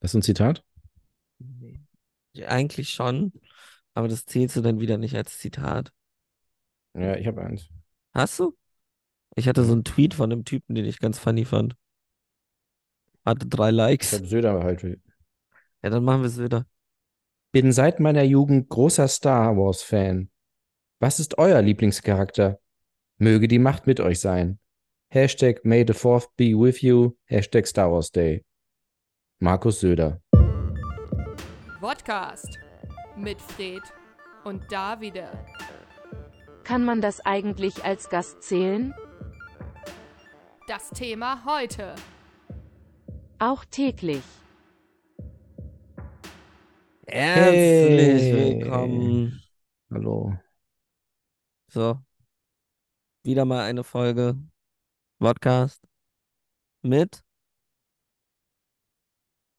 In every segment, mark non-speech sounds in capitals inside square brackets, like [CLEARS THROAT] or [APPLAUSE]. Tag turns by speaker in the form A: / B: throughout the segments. A: Das ist ein Zitat?
B: Nee. Ja, Eigentlich schon, aber das zählst du dann wieder nicht als Zitat.
A: Ja, ich habe eins.
B: Hast du? Ich hatte so einen Tweet von einem Typen, den ich ganz funny fand. Hatte drei
A: Ich
B: Likes.
A: glaube, Söder war halt.
B: Ja, dann machen wir es wieder.
A: Bin seit meiner Jugend großer Star Wars-Fan. Was ist euer Lieblingscharakter? Möge die Macht mit euch sein. Hashtag May the Fourth be with you. Hashtag Star Wars Day. Markus Söder.
C: Podcast mit Fred und Davide.
D: Kann man das eigentlich als Gast zählen?
C: Das Thema heute.
D: Auch täglich.
B: Herzlich
A: Hey.
B: willkommen.
A: Hallo.
B: So. Wieder mal eine Folge Podcast mit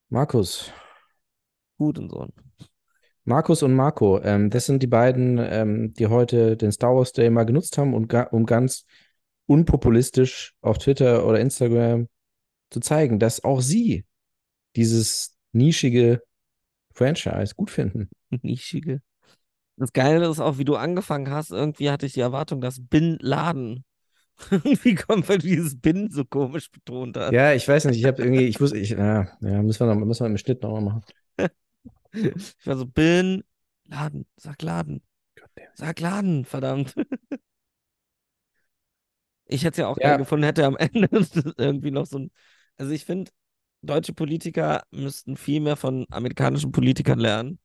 A: Markus.
B: Hurensohn.
A: Markus und Marco, ähm, das sind die beiden, ähm, die heute den Star Wars Day mal genutzt haben, und ga um ganz unpopulistisch auf Twitter oder Instagram zu zeigen, dass auch sie dieses nischige Franchise gut finden.
B: [LAUGHS] Nischige. Das Geile ist auch, wie du angefangen hast. Irgendwie hatte ich die Erwartung, dass Bin Laden. [LAUGHS] Irgendwie kommt, weil du dieses Bin so komisch betont hast.
A: Ja, ich weiß nicht, ich habe irgendwie, ich wusste, ich, ja, ja, müssen wir, noch, müssen wir im Schnitt nochmal machen.
B: Ich war so, Bin Laden. Sag Laden. Sag Laden, verdammt. Ich hätte es ja auch
A: Ja.
B: geil gefunden, hätte am [LAUGHS] Ende irgendwie noch so ein. Also ich finde, deutsche Politiker müssten viel mehr von amerikanischen Politikern lernen.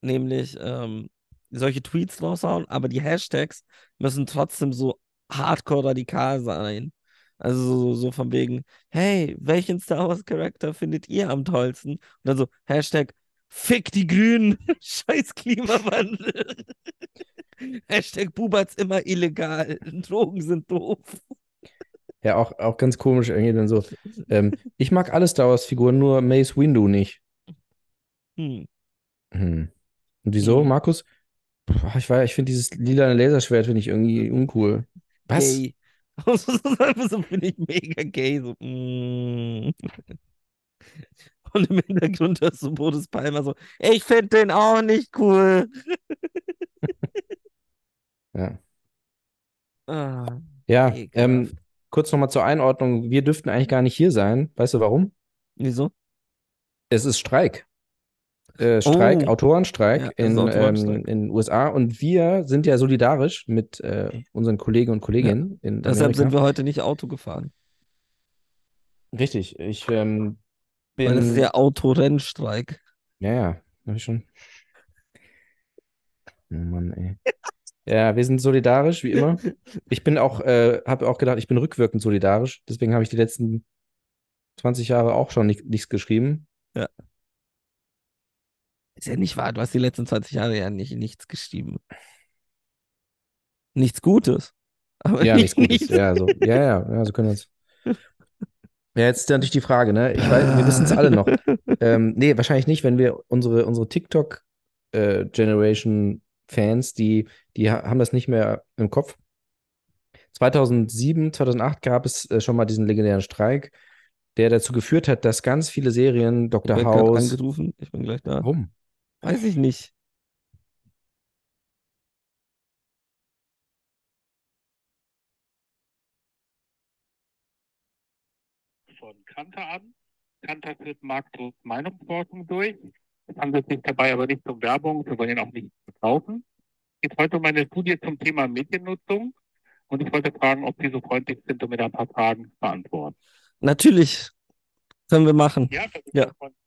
B: Nämlich ähm, solche Tweets raushauen, aber die Hashtags müssen trotzdem so hardcore radikal sein. Also so, so von wegen, hey, welchen Star Wars Charakter findet ihr am tollsten? Und dann so, Hashtag, fick die Grünen, [LAUGHS] scheiß Klimawandel. [LAUGHS] Hashtag Bubatz immer illegal. Drogen sind doof.
A: Ja, auch, auch ganz komisch irgendwie dann so. Ähm, ich mag alle Star Wars Figuren, nur Mace Windu nicht.
B: Hm.
A: Hm. Und wieso,
B: Mhm.
A: Markus? Boah, ich weiß, ich finde dieses lila Laserschwert finde ich irgendwie uncool. Was?
B: Gay. [LAUGHS] so bin ich mega gay. So, mm. [LAUGHS] Und im Hintergrund hörst du Boris Palmer so, ich finde den auch nicht cool.
A: Ja.
B: Ah,
A: Ja,
B: Ekelhaft.
A: ähm, kurz nochmal zur Einordnung. Wir dürften eigentlich gar nicht hier sein. Weißt du warum?
B: wieso?
A: Es ist Streik. Äh, Streik,
B: Oh.
A: Autorenstreik
B: Ja, es ist
A: in,
B: Autorenstreik.
A: ähm, in den USA. Und wir sind ja solidarisch mit äh, unseren Kollegen und Kolleginnen in
B: Deshalb sind
A: Amerika.
B: wir heute nicht Auto gefahren.
A: Richtig, ich ähm,
B: Weil das
A: bin.
B: ist ja Autorennstreik.
A: Ja, ja, hab ich schon. Oh Mann, ey. [LAUGHS] Ja, wir sind solidarisch, wie immer. Ich bin auch, äh, habe auch gedacht, ich bin rückwirkend solidarisch. Deswegen habe ich die letzten 20 Jahre auch schon nicht, nichts geschrieben.
B: Ist ja nicht wahr, du hast die letzten 20 Jahre ja nicht, nichts geschrieben. Nichts Gutes. Aber
A: Ja, nichts
B: nicht,
A: Gutes.
B: nichts-
A: Ja, so, ja, ja, ja, so können wir uns. Ja, jetzt ist natürlich die Frage, ne? Ich weiß, wir wissen es alle [LAUGHS] noch. Ähm, nee, wahrscheinlich nicht, wenn wir unsere, unsere TikTok-Generation-Fans, die, die ha- haben das nicht mehr im Kopf. 2007, 2008 gab es äh, schon mal diesen legendären Streik, der dazu geführt hat, dass ganz viele Serien,
B: Ich
A: Dr.
B: bin gerade
A: House.
B: angerufen, ich bin gleich da.
A: Warum?
B: Weiß ich nicht.
E: von Kanter an. Kanter führt marktlos Meinungsforschung durch. Es handelt sich dabei aber nicht um Werbung, wir wollen ihn auch nicht verkaufen. Es geht heute um eine Studie zum Thema Mediennutzung und ich wollte fragen, ob Sie so freundlich sind und mir da ein paar Fragen beantworten.
B: Natürlich können wir machen.
E: Ja, das ist,
B: Ja.
E: Sehr, freundlich.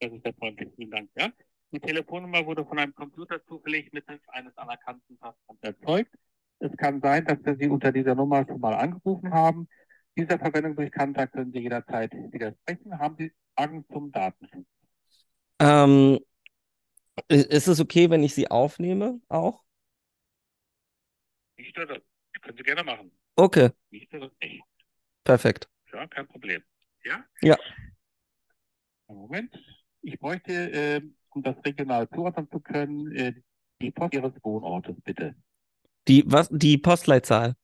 E: Das ist sehr freundlich. Vielen Dank. Ja. Die Telefonnummer wurde von einem Computer zufällig mittels eines anerkannten Passworts erzeugt. Es kann sein, dass wir Sie unter dieser Nummer schon mal angerufen haben. Dieser Verwendung durch Kanter können Sie jederzeit widersprechen. Haben Sie Fragen zum Datenschutz?
B: Ähm, i- ist es okay, wenn ich sie aufnehme auch?
E: Nicht störe. Können Sie gerne machen.
B: Okay,
E: Nicht störe. Nicht.
B: perfekt.
E: Ja, kein Problem. Ja?
B: Ja.
E: Einen Moment. Ich bräuchte, ähm, um das regional zuordnen zu können, äh, die Post Ihres Wohnortes, bitte.
B: Die, was, die Postleitzahl.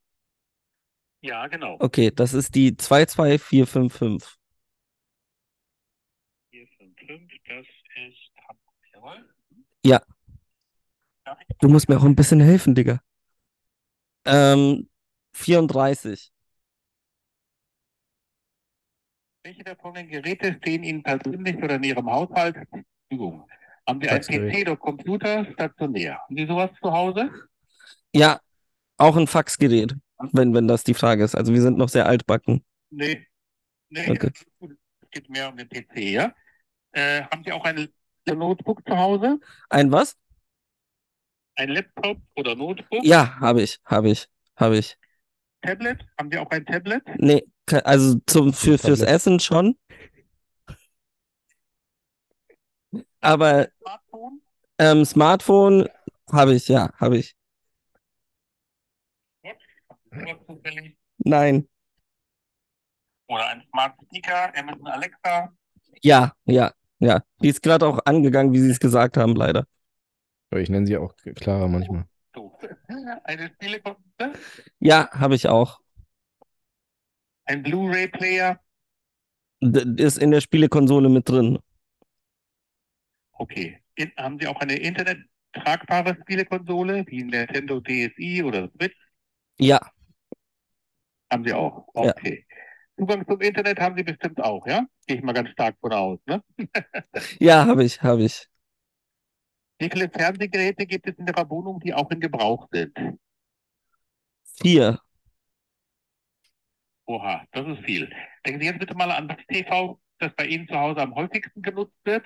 E: Ja, genau.
B: Okay, das ist die 22455.
E: Hier 4, 5, 5. Das ist Hamburg. Jawohl.
B: Ja.
E: Darf ich
B: Du musst mir auch ein bisschen helfen, Digga. Ähm, 34.
E: Welche der folgenden Geräte stehen Ihnen persönlich oder in Ihrem Haushalt zur Verfügung? Haben Sie einen
A: Faxgerät.
E: PC oder Computer stationär? Haben Sie sowas zu Hause?
B: Ja, auch ein Faxgerät, wenn, wenn das die Frage ist. Also wir sind noch sehr altbacken.
E: Nee. Nee,
B: Okay.
E: es geht mehr um den PC, ja? Äh, haben Sie auch einen Notebook zu Hause?
B: Ein was?
E: Ein Laptop oder Notebook?
B: Ja, habe ich, habe ich, habe ich.
E: Tablet? Haben Sie auch ein Tablet?
B: Nee, ke- also zum, für, fürs
A: Tablet.
B: Essen schon. Aber
E: Smartphone?
B: ähm, Smartphone habe ich, ja, habe ich.
E: Haben
B: Mhm.
E: Sie sowas zufällig?
B: Nein.
E: Oder ein Smart Speaker, Amazon Alexa?
B: Ja, ja, ja. Die ist gerade auch angegangen, wie sie es gesagt haben, leider.
A: Aber Ich nenne sie auch Clara manchmal.
E: So. [LAUGHS] Eine ne? Spielekonsole?
B: Ja, habe ich auch.
E: Ein Blu-ray-Player?
B: D ist in der Spielekonsole mit drin.
E: Okay. In, haben Sie auch eine internettragbare Spielekonsole, wie Nintendo DSi oder Switch?
B: Ja,
E: Haben Sie auch.
B: Ja.
E: Okay. Zugang zum Internet haben Sie bestimmt auch, ja? Gehe ich mal ganz stark von aus, ne?
B: ja, habe ich, habe ich.
E: Wie viele Fernsehgeräte gibt es in Ihrer Wohnung, die auch in Gebrauch sind?
B: Vier.
E: Oha, das ist viel. Denken Sie jetzt bitte mal an das TV, das bei Ihnen zu Hause am häufigsten genutzt wird.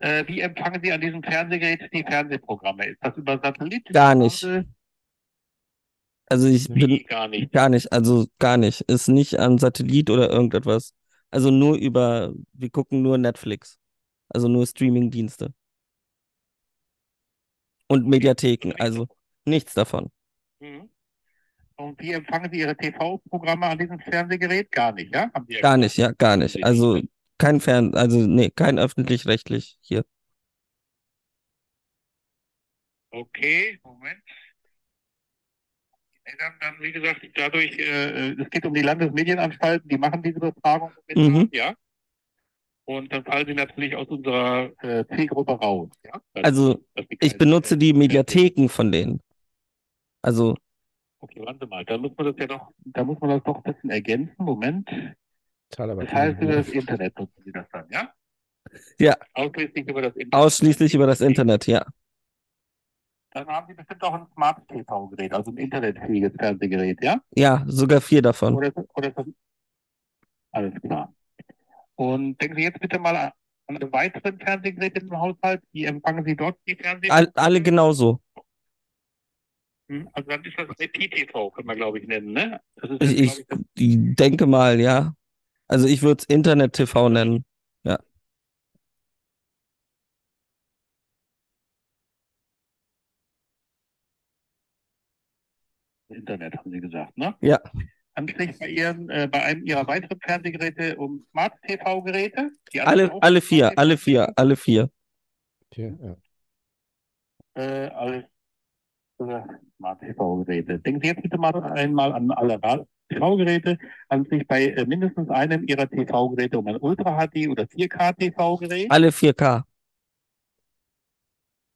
E: Äh, wie empfangen Sie an diesem Fernsehgerät die Fernsehprogramme? Ist das über Satellit?
B: Gar nicht.
E: Kabel?
B: Also ich
E: Wie,
B: bin
E: gar nicht.
B: gar nicht, also gar nicht. Ist nicht an Satellit oder irgendetwas. Also nur über, wir gucken nur Netflix. Also nur Streamingdienste. Und Mediatheken, also nichts davon.
E: Mhm. Und wie empfangen Sie Ihre TV-Programme an diesem Fernsehgerät? Gar nicht, ja? Haben Sie
B: Gar nicht, ja, gar nicht. Also kein Fern, also nee, kein öffentlich-rechtlich hier.
E: Okay, Moment. Nee, Dann, dann, wie gesagt, dadurch, äh, es geht um die Landesmedienanstalten, die machen diese Befragung mit,
B: Mhm.
E: ja. Und dann fallen sie natürlich aus unserer äh, Zielgruppe raus, ja. Das-
B: Also
E: das liegt
B: ich
E: halt,
B: benutze
E: äh,
B: die Mediatheken von denen. Also
E: Okay, warte mal, da muss man das ja doch, da muss man das doch ein bisschen ergänzen. Moment.
A: Total, aber
E: Das heißt, über das Internet nutzen Sie das dann, ja?
B: Ja.
E: Ausschließlich über das Internet.
B: ausschließlich über das Internet, ja.
E: Dann haben Sie bestimmt auch ein Smart TV-Gerät, also ein internetfähiges Fernsehgerät, ja?
B: Ja, sogar vier davon.
E: Oder, oder ist das... Alles klar. Und denken Sie jetzt bitte mal an eine weiteren Fernsehgeräte im Haushalt. Wie empfangen Sie dort die Fernseh?
B: All, alle genauso.
E: Hm, Also dann ist das IP-TV, kann man glaube ich nennen, ne? Das ist,
B: Ich,
E: glaube
B: ich denke mal, ja. Also ich würde es Internet-TV nennen.
E: das Internet, haben Sie gesagt, ne?
B: Ja.
E: Handelt es sich bei, Ihren, äh, bei einem Ihrer weiteren Fernsehgeräte um Smart-TV-Geräte? Die
B: Alle,
E: auch
B: alle vier,
E: Smart-TV
B: alle vier, alle vier.
A: Ja.
E: Äh, alles oder Smart TV-Geräte. Denken Sie jetzt bitte mal einmal an alle TV-Geräte, an sich bei äh, mindestens einem Ihrer TV-Geräte um ein Ultra HD oder 4K TV-Gerät.
B: Alle 4K.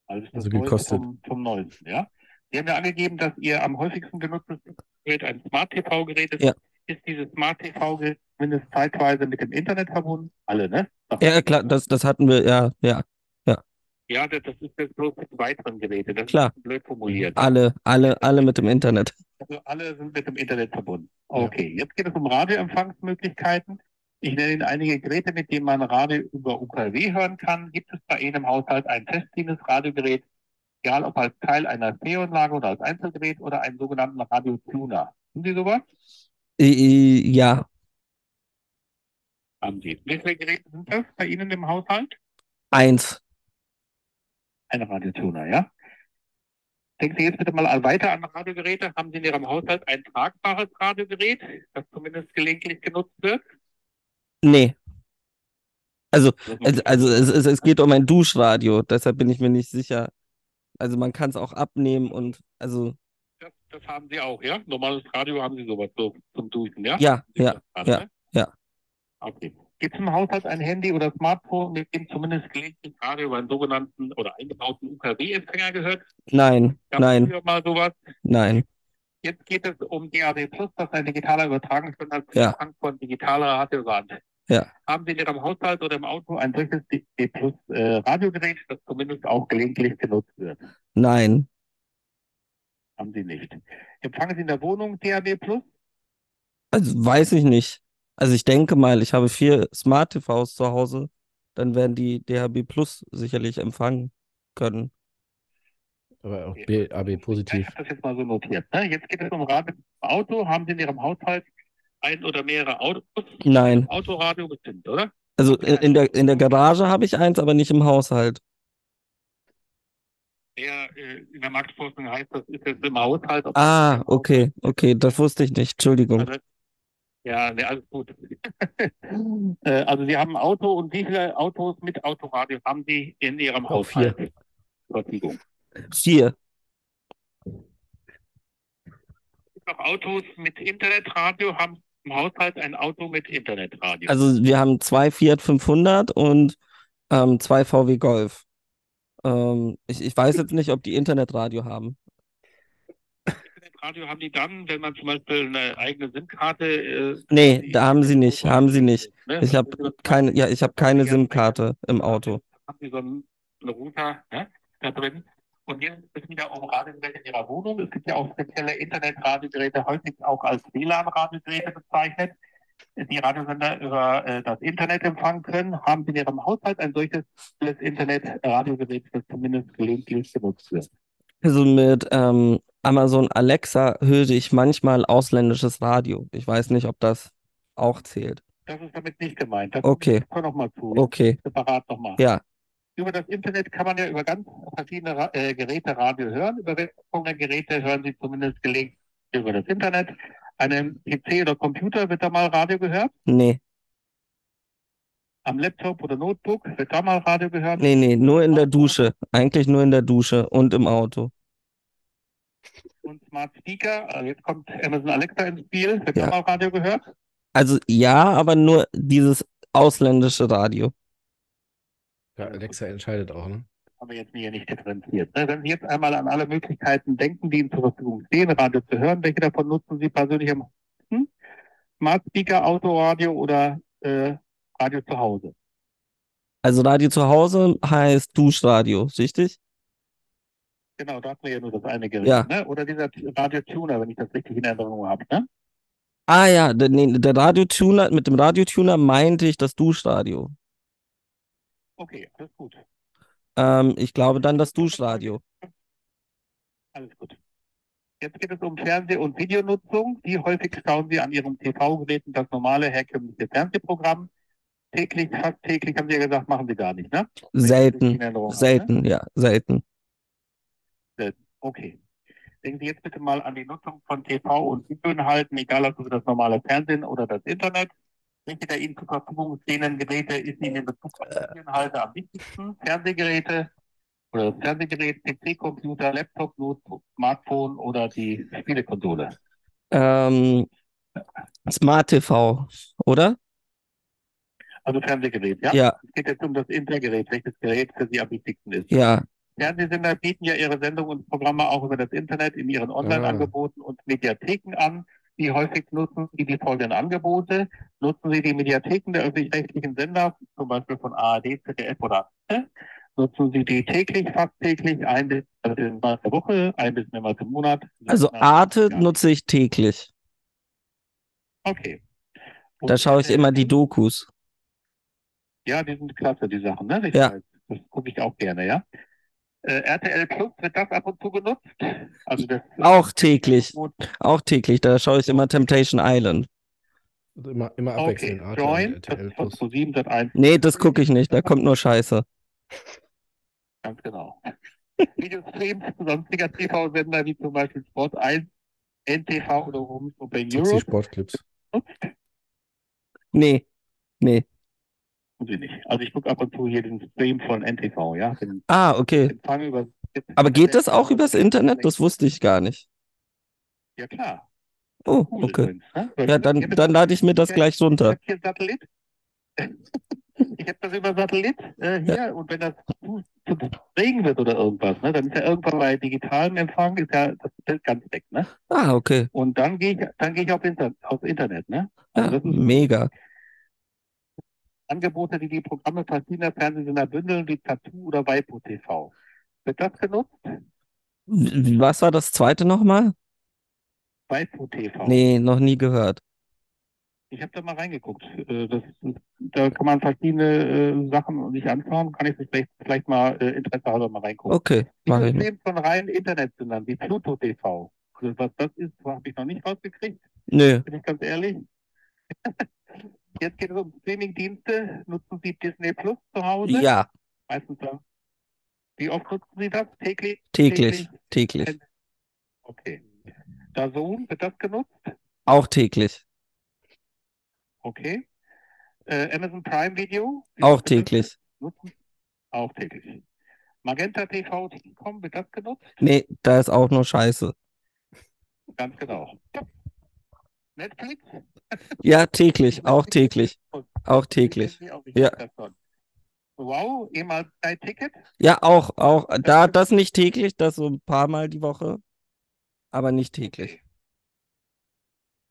E: Also das
A: Also
E: Neueste
A: gekostet.
E: vom, vom Neuesten, ja. Sie haben ja angegeben, dass Ihr am häufigsten genutztes Gerät ein Smart TV-Gerät ist.
B: Ja.
E: Ist dieses Smart TV-Gerät zumindest zeitweise mit dem Internet verbunden? Alle, ne? Doch.
B: Ja, klar, das, das hatten wir, ja, ja.
E: Ja, das, das ist jetzt bloß mit weiteren Geräten. Das ist
B: Klar.
E: blöd formuliert.
B: Alle, alle, alle mit dem Internet.
E: Also alle sind mit dem Internet verbunden. Okay, jetzt geht es um Radioempfangsmöglichkeiten. Ich nenne Ihnen einige Geräte, mit denen man Radio über UKW hören kann. Gibt es bei Ihnen im Haushalt ein feststehendes Radiogerät, egal ob als Teil einer Stereoanlage oder als Einzelgerät oder einen sogenannten Radiotuner? Haben Sie sowas?
B: I- i- Ja,
E: Haben Sie. Wie viele Geräte sind das bei Ihnen im Haushalt?
B: eins.
E: Ein Radiotuner, ja? Denken Sie jetzt bitte mal an- weiter an Radiogeräte. Haben Sie in Ihrem Haushalt ein tragbares Radiogerät, das zumindest gelegentlich genutzt wird?
B: Nee.
E: Mhm.
B: Also, also es, es, es geht um ein Duschradio, deshalb bin ich mir nicht sicher. Also man kann es auch abnehmen und also
E: Das, das haben Sie auch, ja? Normales Radio haben Sie sowas so zum Duschen, ja?
B: ja, ja.
E: Dran,
B: ja,
E: ne?
B: ja.
E: Okay. Gibt es im Haushalt ein Handy oder Smartphone, mit dem zumindest gelegentlich gerade über einen sogenannten oder eingebauten UKW-Empfänger gehört?
B: Nein,
E: Gab
B: nein,
E: früher mal sowas?
B: nein.
E: Jetzt geht es um DAB Plus, das ist ein digitaler Übertragungsstandard für
B: Ja.
E: Empfang von digitaler Radiosande.
B: Ja.
E: Haben Sie in Ihrem Haushalt oder im Auto ein solches DAB Plus äh, Radiogerät, das zumindest auch gelegentlich genutzt wird?
B: Nein,
E: Haben Sie nicht. Empfangen Sie in der Wohnung DAB Plus?
B: also weiß ich nicht. Also ich denke mal, ich habe vier Smart TVs zu Hause, dann werden die DHB Plus sicherlich empfangen können.
A: Aber auch B, AB
E: Ja, Ich
A: positiv.
E: habe das jetzt mal so notiert. Ne? Jetzt geht es um Radio im Auto. Haben Sie in Ihrem Haushalt ein oder mehrere Autos?
B: Nein,
E: Autoradio bestimmt, oder?
B: also in, in der in der Garage habe ich eins, aber nicht im Haushalt.
E: Der, äh, in der Marktforschung heißt das, ist jetzt im Haushalt. ob-
B: Ah, okay, okay, das wusste ich nicht. Entschuldigung.
E: Also, ja, ne, alles gut. [LAUGHS] äh, also Sie haben ein Auto und wie viele Autos mit Autoradio haben Sie in Ihrem
A: Auch
E: Haushalt? Zur Verfügung.
B: Vier.
E: Gibt es Noch Autos mit Internetradio haben Sie im Haushalt ein Auto mit Internetradio.
B: Also wir haben zwei Fiat 500 und ähm, zwei VW Golf. Ähm, ich, ich weiß jetzt nicht, ob die Internetradio haben.
E: Internetradio haben die dann, wenn man zum Beispiel eine eigene SIM-Karte. Äh,
B: Nee, da haben sie nicht, haben sie nicht.
E: Ne?
B: Ich habe keine, ja, ich habe keine
E: Ja,
B: SIM-Karte im Auto.
E: Haben Sie so einen, einen Router ne, da drin? Und jetzt ist es wieder um Radiogeräte in Ihrer Wohnung. Es gibt ja auch spezielle Internet-Radiogeräte, häufig auch als WLAN-Radiogeräte bezeichnet, die Radiosender über äh, das Internet empfangen können. Haben Sie in Ihrem Haushalt ein solches Internet-Radiogerät, das zumindest gelegentlich genutzt wird?
B: Also mit ähm, Amazon Alexa höre ich manchmal ausländisches Radio. Ich weiß nicht, ob das auch zählt.
E: Das ist damit nicht gemeint. Das
B: Okay.
E: kommen wir nochmal zu.
B: Okay,
E: Separat nochmal.
B: ja,
E: Über das Internet kann man ja über ganz verschiedene Ra- äh, Geräte Radio hören. Über welche Geräte hören Sie zumindest gelegentlich über das Internet? An einem PC oder Computer wird da mal Radio gehört.
B: nee,
E: Am Laptop oder Notebook wird da mal Radio gehört.
B: nee, nee, nur in der Dusche. Eigentlich nur in der Dusche und im Auto.
E: Und Smart Speaker, also jetzt kommt Amazon Alexa ins Spiel, wird
B: Ja.
E: da mal Radio gehört.
B: Also ja, aber nur dieses ausländische Radio.
A: Ja, Alexa entscheidet auch, ne?
E: haben wir jetzt hier nicht differenziert. Ne? Wenn Sie jetzt einmal an alle Möglichkeiten denken, die Ihnen zur Verfügung stehen, Radio zu hören, welche davon nutzen Sie persönlich am meisten? Smart Speaker, Autoradio oder äh, Radio zu Hause?
B: Also Radio zu Hause heißt Duschradio, richtig?
E: Genau, da hatten wir ja nur das eine Gerät.
B: Ja.
E: Ne? Oder dieser T- Radio-Tuner, wenn ich das richtig in Erinnerung habe. Ne?
B: Ah ja, der, nee, der Radiotuner, mit dem Radiotuner meinte ich das Duschradio.
E: Okay, alles gut.
B: Ähm, ich glaube dann das Duschradio.
E: Alles gut. Jetzt geht es um Fernseh- und Videonutzung. Wie häufig schauen Sie an Ihrem TV-Geräten das normale herkömmliche Fernsehprogramm? Täglich, fast täglich, haben Sie ja gesagt, machen Sie gar nicht, ne? Wenn ich das richtig in
B: Selten,
E: Erinnerung habe, ne?
B: selten, ja, selten.
E: Okay. Denken Sie jetzt bitte mal an die Nutzung von TV und Videoinhalten, egal ob über das normale Fernsehen oder das Internet. Welche der Ihnen zur Verfügung stehenden Geräte ist Ihnen in Bezug auf Videoinhalte am wichtigsten? Fernsehgeräte oder das Fernsehgerät, PC-Computer, Laptop, Notebook, Smartphone oder die Spielekonsole?
B: Ähm, Smart TV, oder?
E: Also Fernsehgerät, ja?
B: Ja,
E: Es geht jetzt um das Intergerät, welches Gerät für Sie am wichtigsten ist.
B: ja,
E: Fernsehsender bieten ja ihre Sendungen und Programme auch über das Internet in ihren Online-Angeboten und Mediatheken an. Wie häufig nutzen Sie die folgenden Angebote? Nutzen Sie die Mediatheken der öffentlich-rechtlichen Sender, zum Beispiel von ARD, ZDF oder ARD? Nutzen Sie die täglich, fast täglich, ein bis also mehrmals der Woche, ein bis mehrmals im Monat?
B: also Arte nutze ich täglich.
E: Okay.
B: Da schaue ich immer die
E: Du.
B: Dokus.
E: Ja, die sind klasse, die Sachen, ne? Ich
B: Ja.
E: weiß. Das gucke ich auch gerne, ja. Äh, RTL Plus, wird das ab und zu genutzt? Also das
B: Auch täglich, auch täglich. Da schaue ich immer Temptation Island.
A: Also immer, immer
E: Okay,
A: abwechselnd. AT
E: Join,
A: und
E: das
A: RTL
E: ist von ProSieben Sat.1,
B: Nee, das gucke ich nicht, da kommt nur Scheiße.
E: ganz genau. [LAUGHS] Videostreams sonstiger TV-Sender wie zum Beispiel Sport 1, NTV oder Rums Open
A: Sexy
E: Europe
A: Sportclips.
B: Nee, nee.
E: und sie nicht. Also ich gucke ab und zu hier den Stream von NTV, ja. Den
B: Ah, okay.
E: Empfang über.
B: Aber geht das auch übers Internet? Das wusste ich gar nicht.
E: Ja klar.
B: Oh,
E: Cool
B: okay.
E: übrigens, ne?
B: Ja, dann, dann lade ich mir das gleich runter.
E: Habt ihr Satellit? [LAUGHS] Ich habe das über Satellit äh, hier und wenn das zu, zu regen wird oder irgendwas, ne, dann ist ja irgendwann bei digitalem Empfang ist ja das Bild ganz weg, ne?
B: Ah, okay.
E: Und dann gehe ich, dann gehe ich auf Inter aufs Internet, ne? Also
B: Ja,
E: das sind
B: Ah, mega.
E: Angebote, die die Programme verschiedener Fernsehsender bündeln, wie Tattoo oder Waipu TV. Wird das genutzt?
B: W- Was war das zweite nochmal?
E: Waipu TV.
B: Nee, noch nie gehört.
E: Ich habe da mal reingeguckt. Äh, Das, da kann man verschiedene äh, Sachen sich anschauen. Kann ich vielleicht, vielleicht mal äh, Interesse halber mal reingucken.
B: Okay, mach
E: Dieses
B: ich noch.
E: Leben von reinen Internetsendern wie Pluto TV. Also Was das ist, habe ich noch nicht rausgekriegt,
B: Nö.
E: bin ich ganz ehrlich. [LAUGHS] Jetzt geht es um Streamingdienste. Nutzen Sie Disney Plus zu Hause?
B: Ja,
E: Meistens da. Wie oft nutzen Sie das? Täglich?
B: täglich, täglich.
E: Okay. Da Sohn, wird das genutzt?
B: Auch täglich.
E: Okay. Äh, Amazon Prime Video? Wie
B: Auch
E: oft wird das
B: täglich.
E: Nutzen? Auch täglich. Magenta TV, Telekom, wird das genutzt?
B: Nee, da ist auch nur Scheiße.
E: Ganz genau. Netflix?
B: Ja, täglich, auch täglich,
E: Und
B: auch täglich.
E: Disney auch nicht,
B: Ja.
E: das schon. Wow, ehemals drei Ticket?
B: Ja, auch, auch. Da, das nicht täglich, das so ein paar Mal die Woche, aber nicht täglich.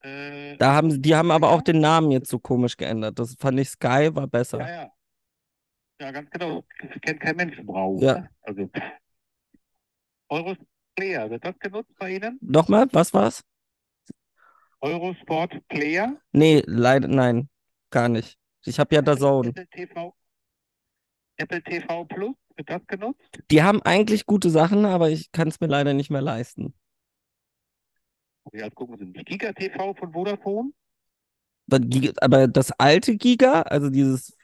E: Äh,
B: Da haben, sie- die haben aber auch den Namen jetzt so komisch geändert. Das fand ich Sky war
E: ja,
B: besser.
E: ja. Ja, ganz genau. Das kennt kein Mensch Wow.
B: Ja.
E: ne? Also. Europlayer, wird das genutzt bei Ihnen?
B: Nochmal, was war's?
E: Eurosport Player?
B: Nee, leider, nein, gar nicht. Ich habe ja da Zone.
E: Apple TV, Apple TV Plus, wird das genutzt?
B: Die haben eigentlich gute Sachen, aber ich kann es mir leider nicht mehr leisten.
E: Ja, gucken Sie, nicht. Giga TV von Vodafone?
B: Aber Giga- Aber das alte Giga, also dieses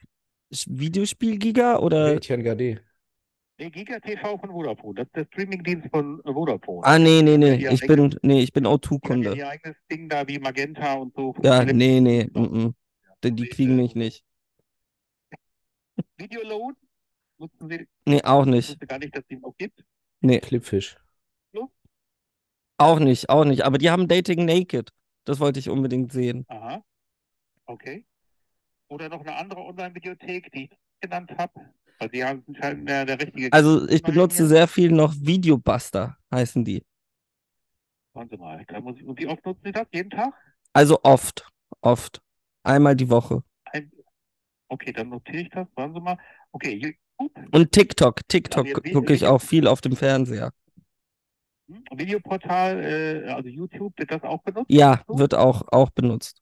B: Sch- Videospiel Giga
A: Äh,
B: oder?
A: Mädchen Gade.
E: Nee, Giga TV von Vodafone, das ist der Streamingdienst von äh, Vodafone.
B: Ah, nee, nee, nee.
E: Ja,
B: Ich
E: ja,
B: bin, nee, ich bin
E: Die haben ja
B: O2-Kunde.
E: ihr eigenes Ding da wie Magenta und so.
B: Ja,
E: Tele-
B: nee, nee. Mm -mm. Die, die kriegen mich nicht.
E: Videoload? Nutzen Sie,
B: Nee, auch
E: ich
B: nicht.
E: wusste gar nicht, dass es ihn auch gibt.
A: Clipfish.
B: Auch nicht, auch nicht. Aber die haben Dating Naked. Das wollte ich unbedingt sehen.
E: Aha. Okay. Oder noch eine andere Online-Videothek, die ich nicht genannt habe. Also die haben sind halt der, der richtige.
B: Also ich
E: Nein,
B: benutze
E: ja.
B: sehr viel noch Videobuster, heißen die.
E: Warten Sie mal, da muss ich, und wie oft nutzen Sie das? Jeden Tag?
B: Also oft, oft. Einmal die Woche.
E: Okay, dann notiere ich das. Warten Sie mal. Okay, YouTube,
B: Und TikTok. TikTok
E: wir- wir-
B: gucke ich
E: wir-
B: auch viel auf dem Fernseher.
E: hm, Videoportal, äh, also YouTube, wird das auch benutzt?
B: Ja,
E: So?
B: wird auch, auch benutzt.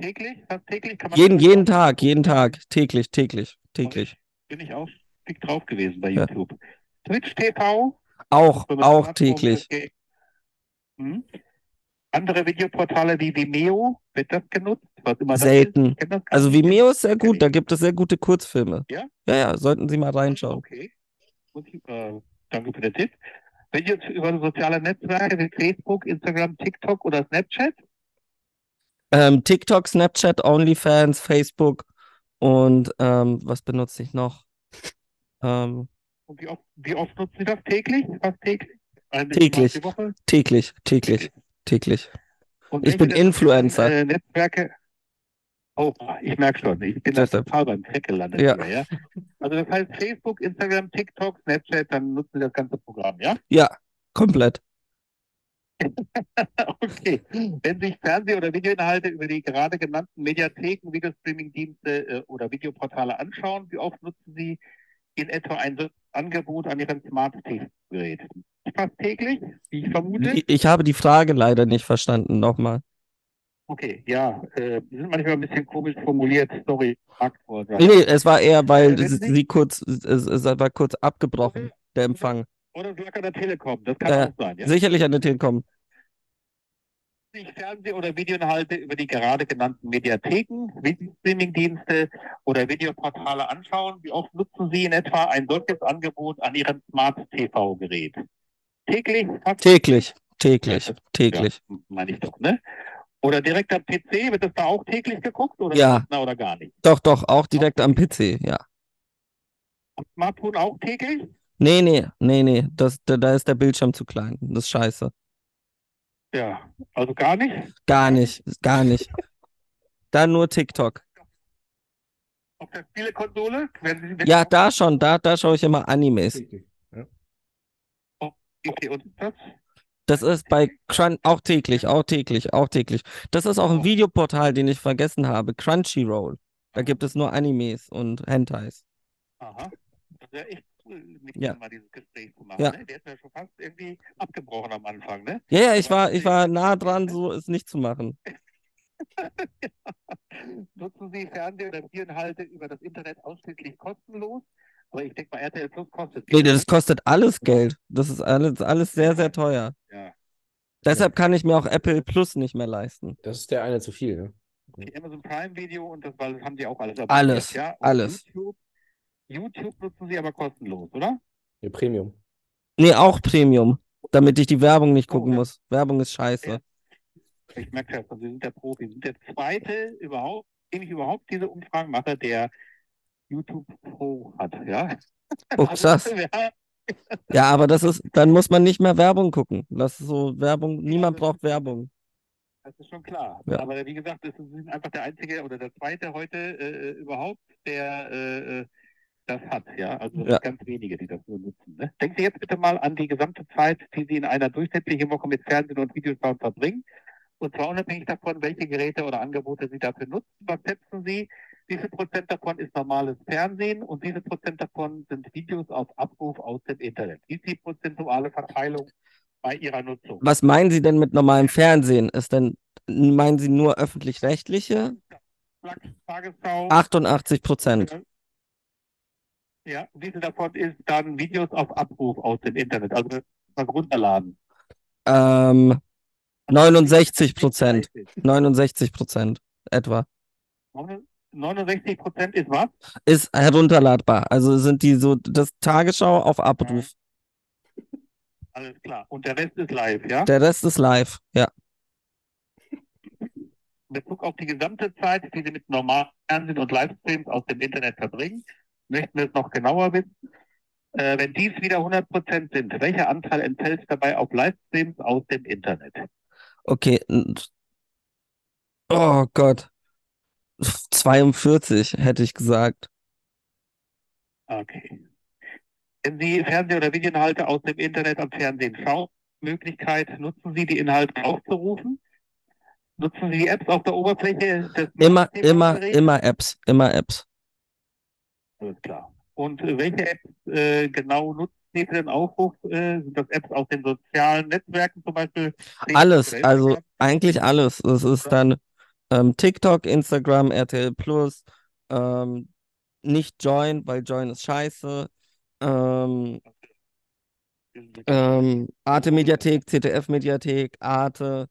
E: Täglich? Fast täglich? Kann man
B: Jeden,
E: das
B: jeden
E: auch-
B: Tag, jeden Tag. Täglich, täglich, täglich.
E: Bin ich auch dick drauf gewesen bei
B: Ja.
E: YouTube. Twitch TV,
B: Auch,
E: wenn man
B: auch
E: Smartphone
B: täglich.
E: mitgeht. äh, Hm? Andere Videoportale wie Vimeo, wird das genutzt? Was immer das ist?
B: Selten.
E: Ich kenn das gar
B: Also
E: nicht.
B: Vimeo ist sehr gut, da gibt es sehr gute Kurzfilme.
E: Ja?
B: Ja, ja, sollten Sie mal reinschauen.
E: Okay. Muss ich, äh, danke für den Tipp. Wenn jetzt über soziale Netzwerke wie Facebook, Instagram, TikTok oder Snapchat,
B: Ähm, TikTok, Snapchat, OnlyFans, Facebook und ähm, was benutze ich noch? Ähm,
E: und wie oft, wie oft nutzen Sie das? Täglich? Fast täglich? Einmal
B: Täglich.
E: Die Woche?
B: täglich, täglich, täglich.
E: Und
B: Ich
E: welche
B: bin
E: der sozialen,
B: Influencer.
E: Äh, Netzwerke. Oh, ich merke schon, ich bin da
B: Deshalb.
E: total beim Track gelandet
B: Ja.
E: hier, ja. Also das heißt Facebook, Instagram, TikTok, Snapchat, dann nutzen Sie das ganze Programm, ja? [LAUGHS]
B: Ja, komplett.
E: Okay. Wenn sich Fernseh- oder Videoinhalte über die gerade genannten Mediatheken, Videostreaming-Dienste äh, oder Videoportale anschauen, wie oft nutzen Sie in etwa ein solches Angebot an Ihrem Smart-TV-Gerät? Fast täglich, wie ich vermute.
B: Ich, ich habe die Frage leider nicht verstanden. Nochmal.
E: Okay, ja, äh, die sind manchmal ein bisschen komisch formuliert, sorry, Marktwort.
B: Nee, nee, es war eher, weil
E: Äh, wenn
B: sie
E: Sie-
B: sie kurz, es, es war kurz abgebrochen, der Empfang.
E: Oder es lag an der Telekom, das kann
B: Ja,
E: auch sein. Ja?
B: Sicherlich an den Telekom.
E: Sich Fernseh- oder Videoinhalte über die gerade genannten Mediatheken, Videostreamingdienste oder Videoportale anschauen, wie oft nutzen Sie in etwa ein solches Angebot an Ihrem Smart-TV-Gerät? Täglich? Fast
B: Täglich, täglich, täglich.
E: Ja, meine ich doch, ne? Oder direkt am PC, wird das da auch täglich geguckt oder,
B: Ja.
E: na, oder gar nicht?
B: Doch, doch, auch direkt am PC, ja.
E: Am Smartphone auch täglich?
B: Nee, nee, nee, nee, das, da, da ist der Bildschirm zu klein. Das ist scheiße.
E: Ja, also gar nicht? [LAUGHS]
B: Gar nicht, gar nicht. Dann nur TikTok.
E: Auf der Spielekonsole? Wenn Sie, wenn
B: Ja, da schon, da, da schaue ich immer Animes.
A: Richtig.
E: Okay, und ist das?
B: Das ist bei Crunch auch täglich, auch täglich, auch täglich. Das ist auch ein Videoportal, den ich vergessen habe, Crunchyroll. Da gibt es nur Animes und Hentais.
E: Aha. Das wäre echt cool, nächstes
B: Ja.
E: Mal dieses Gespräch zu machen.
B: Ja.
E: Ne? Wir hätten ja schon fast irgendwie abgebrochen am Anfang, ne?
B: Ja, ja, ich war, ich war nah dran, so es nicht zu machen.
E: Nutzen Sie Fernseh- oder Bierenhalte über das Internet ausschließlich kostenlos? Aber ich denke mal, RTL Plus kostet
B: Nee,
E: viel.
B: das kostet alles Geld. Das ist alles, alles sehr, sehr teuer.
E: Ja.
B: Deshalb kann ich mir auch Apple Plus nicht mehr leisten.
A: Das ist der eine zu viel, ne?
E: Die Amazon Prime Video und das, weil das haben die auch alles abonniert,
B: Alles,
E: ja? Und
B: alles.
E: YouTube, YouTube nutzen Sie aber kostenlos, oder?
A: Der Premium.
B: Nee, auch Premium, damit ich die Werbung nicht gucken
E: ja.
B: muss. Werbung ist scheiße.
E: Ja. Ich merke das, schon, Sie sind der Profi. Sie sind der zweite überhaupt, den ich überhaupt diese Umfragen mache, der YouTube Pro hat, ja?
B: Oh,
E: Also, [LAUGHS]
B: krass.
E: wer-
B: Ja, aber das ist, dann muss man nicht mehr Werbung gucken. Das ist so Werbung, niemand
E: das-
B: braucht Werbung.
E: Das ist schon klar.
B: Ja.
E: Aber wie gesagt, es ist- Sie sind einfach der einzige oder der zweite heute äh, äh, überhaupt, der äh, äh, das hat. Ja, also das
B: Ja.
E: sind ganz wenige, die das nur nutzen. Ne? Denken Sie jetzt bitte mal an die gesamte Zeit, die Sie in einer durchschnittlichen Woche mit Fernsehen und Videoschauen verbringen. Und zwar unabhängig davon, welche Geräte oder Angebote Sie dafür nutzen. Was schätzen Sie? Wie viel Prozent davon ist normales Fernsehen und wie viel Prozent davon sind Videos auf Abruf aus dem Internet? Wie ist die prozentuale Verteilung bei Ihrer Nutzung?
B: Was meinen Sie denn mit normalem Fernsehen? Ist denn, meinen Sie nur öffentlich-rechtliche?
E: Flachs, Tagesschau,
B: 88 Prozent.
E: Mhm. Ja, wie viel davon ist dann Videos auf Abruf aus dem Internet, also mal runterladen?
B: Ähm, 69 Prozent. 69 Prozent etwa.
E: 69 Prozent ist was?
B: Ist herunterladbar. Also sind die so, das Tagesschau auf Abruf.
E: Alles klar. Und der Rest ist live, ja?
B: Der Rest ist live. Ja.
E: In Bezug auf die gesamte Zeit, die Sie mit normalen Fernsehen und Livestreams aus dem Internet verbringen, möchten wir es noch genauer wissen. Äh, wenn dies wieder 100 Prozent sind, welcher Anteil entfällt dabei auf Livestreams aus dem Internet?
B: Okay. und- Oh Gott. 42 hätte ich gesagt.
E: Okay. Wenn Sie Fernseh- oder Videoinhalte aus dem Internet am Fernsehen schauen, Möglichkeit, nutzen Sie die Inhalte aufzurufen? Nutzen Sie die Apps auf der Oberfläche des
B: Immer,
E: Smartphones-
B: immer, immer Apps. Immer Apps.
E: Alles klar. Und äh, welche Apps äh, genau nutzen Sie für den Aufruf? Äh, sind das Apps aus den sozialen Netzwerken zum Beispiel? Facebook
B: Alles,
E: oder
B: also
E: Instagram?
B: eigentlich alles. Es ist
E: Ja.
B: dann ähm, TikTok, Instagram, RTL Plus, ähm, nicht Join, weil Join ist scheiße. Ähm, ähm, Arte Mediathek, ZDF Mediathek, Arte,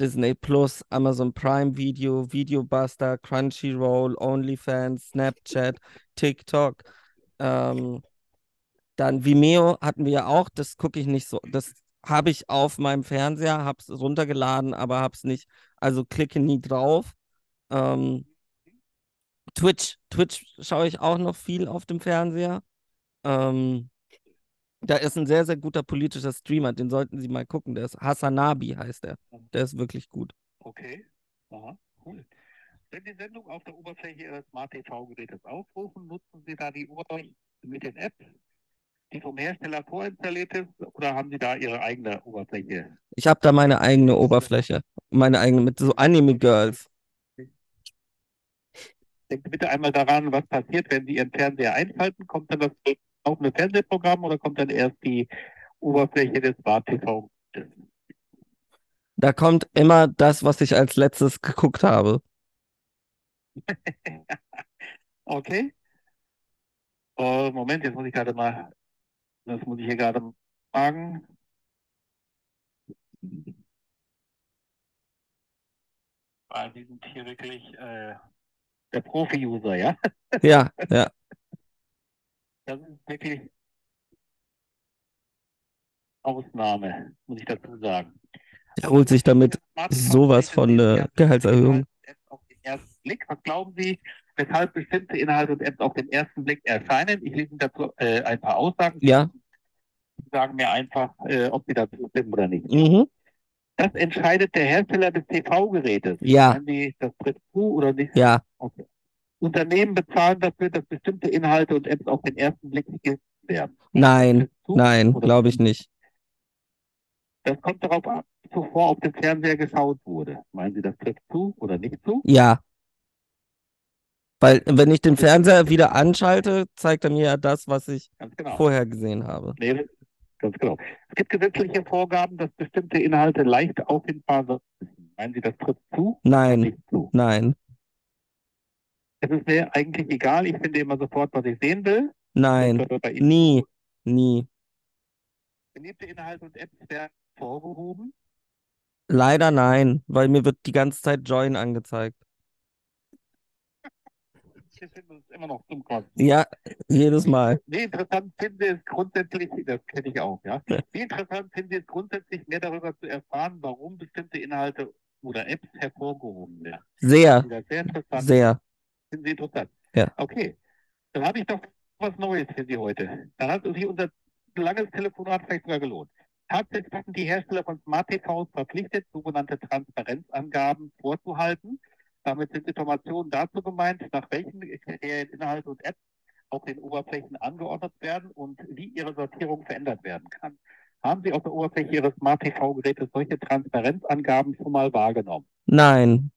B: Disney Plus, Amazon Prime Video, Videobuster, Crunchyroll, OnlyFans, Snapchat, TikTok. Ähm, dann Vimeo hatten wir ja auch, das gucke ich nicht so. Das habe ich auf meinem Fernseher, habe es runtergeladen, aber habe es nicht. Also klicke nie drauf. Ähm, Twitch, Twitch schaue ich auch noch viel auf dem Fernseher. Ähm, da ist ein sehr, sehr guter politischer Streamer, den sollten Sie mal gucken. Der ist Hassanabi, heißt er. Der ist wirklich gut.
E: Okay. Aha, cool. Wenn die Sendung auf der Oberfläche Ihres Smart-TV-Gerätes aufrufen, nutzen Sie da die Oberfläche mit den Apps, die vom Hersteller vorinstalliert ist, oder haben Sie da Ihre eigene Oberfläche?
B: Ich habe da meine eigene Oberfläche. Meine eigene, mit so Anime-Girls.
E: Denken Sie bitte einmal daran, was passiert, wenn Sie Ihren Fernseher einschalten. Kommt dann das laufende Fernsehprogramm oder kommt dann erst die Oberfläche des Smart-TV?
B: Da kommt immer das, was ich als letztes geguckt habe.
E: Okay. Äh, Moment, jetzt muss ich gerade mal, das muss ich hier gerade mal sagen. Weil wir sind hier wirklich äh, der Profi-User, ja?
B: Ja, ja.
E: Das ist wirklich Ausnahme, muss ich dazu sagen.
B: Der holt sich damit sowas von eine Gehaltserhöhung.
E: Auf den ersten Blick. Was glauben Sie, weshalb bestimmte Inhalte und Apps auf den ersten Blick erscheinen? Ich lese Ihnen dazu äh, ein paar Aussagen.
B: Ja.
E: Sie sagen mir einfach, äh, ob Sie dazu stimmen oder nicht.
B: Mhm.
E: Das entscheidet der Hersteller des TV-Gerätes.
B: Ja,
E: Haben Sie das tritt zu oder nicht?
B: Ah. ja.
E: Okay. Unternehmen bezahlen dafür, dass bestimmte Inhalte und Apps auf den ersten Blick gegessen werden.
B: Nein,
E: Zu-
B: nein,
E: oder-
B: glaube ich nicht.
E: Das kommt darauf an, zuvor auf dem Fernseher geschaut wurde. Meinen Sie, das trifft zu oder nicht zu?
B: Ja. Weil, wenn ich den Fernseher wieder anschalte, zeigt er mir ja das, was ich
E: Ganz genau.
B: vorher gesehen habe.
E: Nee, das- ganz genau. Es gibt gesetzliche Vorgaben, dass bestimmte Inhalte leicht auffindbar sind. Meinen Sie, das trifft zu oder
B: Nein,
E: nicht zu?
B: nein,
E: Es ist mir eigentlich egal. Ich finde immer sofort, was ich sehen will.
B: nein,
E: Das wird bei Ihnen
B: nie, nie.
E: Beliebte Inhalte und Apps werden vorgehoben.
B: Leider nein, weil mir wird die ganze Zeit Join angezeigt.
E: Ich finde es immer noch zum Kotzen.
B: Ja, jedes Mal.
E: Wie interessant finde ich es grundsätzlich, das kenne ich auch, ja. Wie interessant finde ich es grundsätzlich, mehr darüber zu erfahren, warum bestimmte Inhalte oder Apps hervorgehoben werden.
B: Sehr,
E: Wieder sehr interessant.
B: sehr.
E: Sind Sie interessant?
B: Ja.
E: Okay. Dann habe ich doch was Neues für Sie heute. Dann hat sich unser langes Telefonat vielleicht sogar gelohnt. Tatsächlich hatten die Hersteller von Smart TVs verpflichtet, sogenannte Transparenzangaben vorzuhalten. Damit sind Informationen dazu gemeint, nach welchen Kriterien Inhalte und Apps auf den Oberflächen angeordnet werden und wie ihre Sortierung verändert werden kann. Haben Sie auf der Oberfläche Ihres Smart TV-Gerätes solche Transparenzangaben schon mal wahrgenommen?
B: Nein.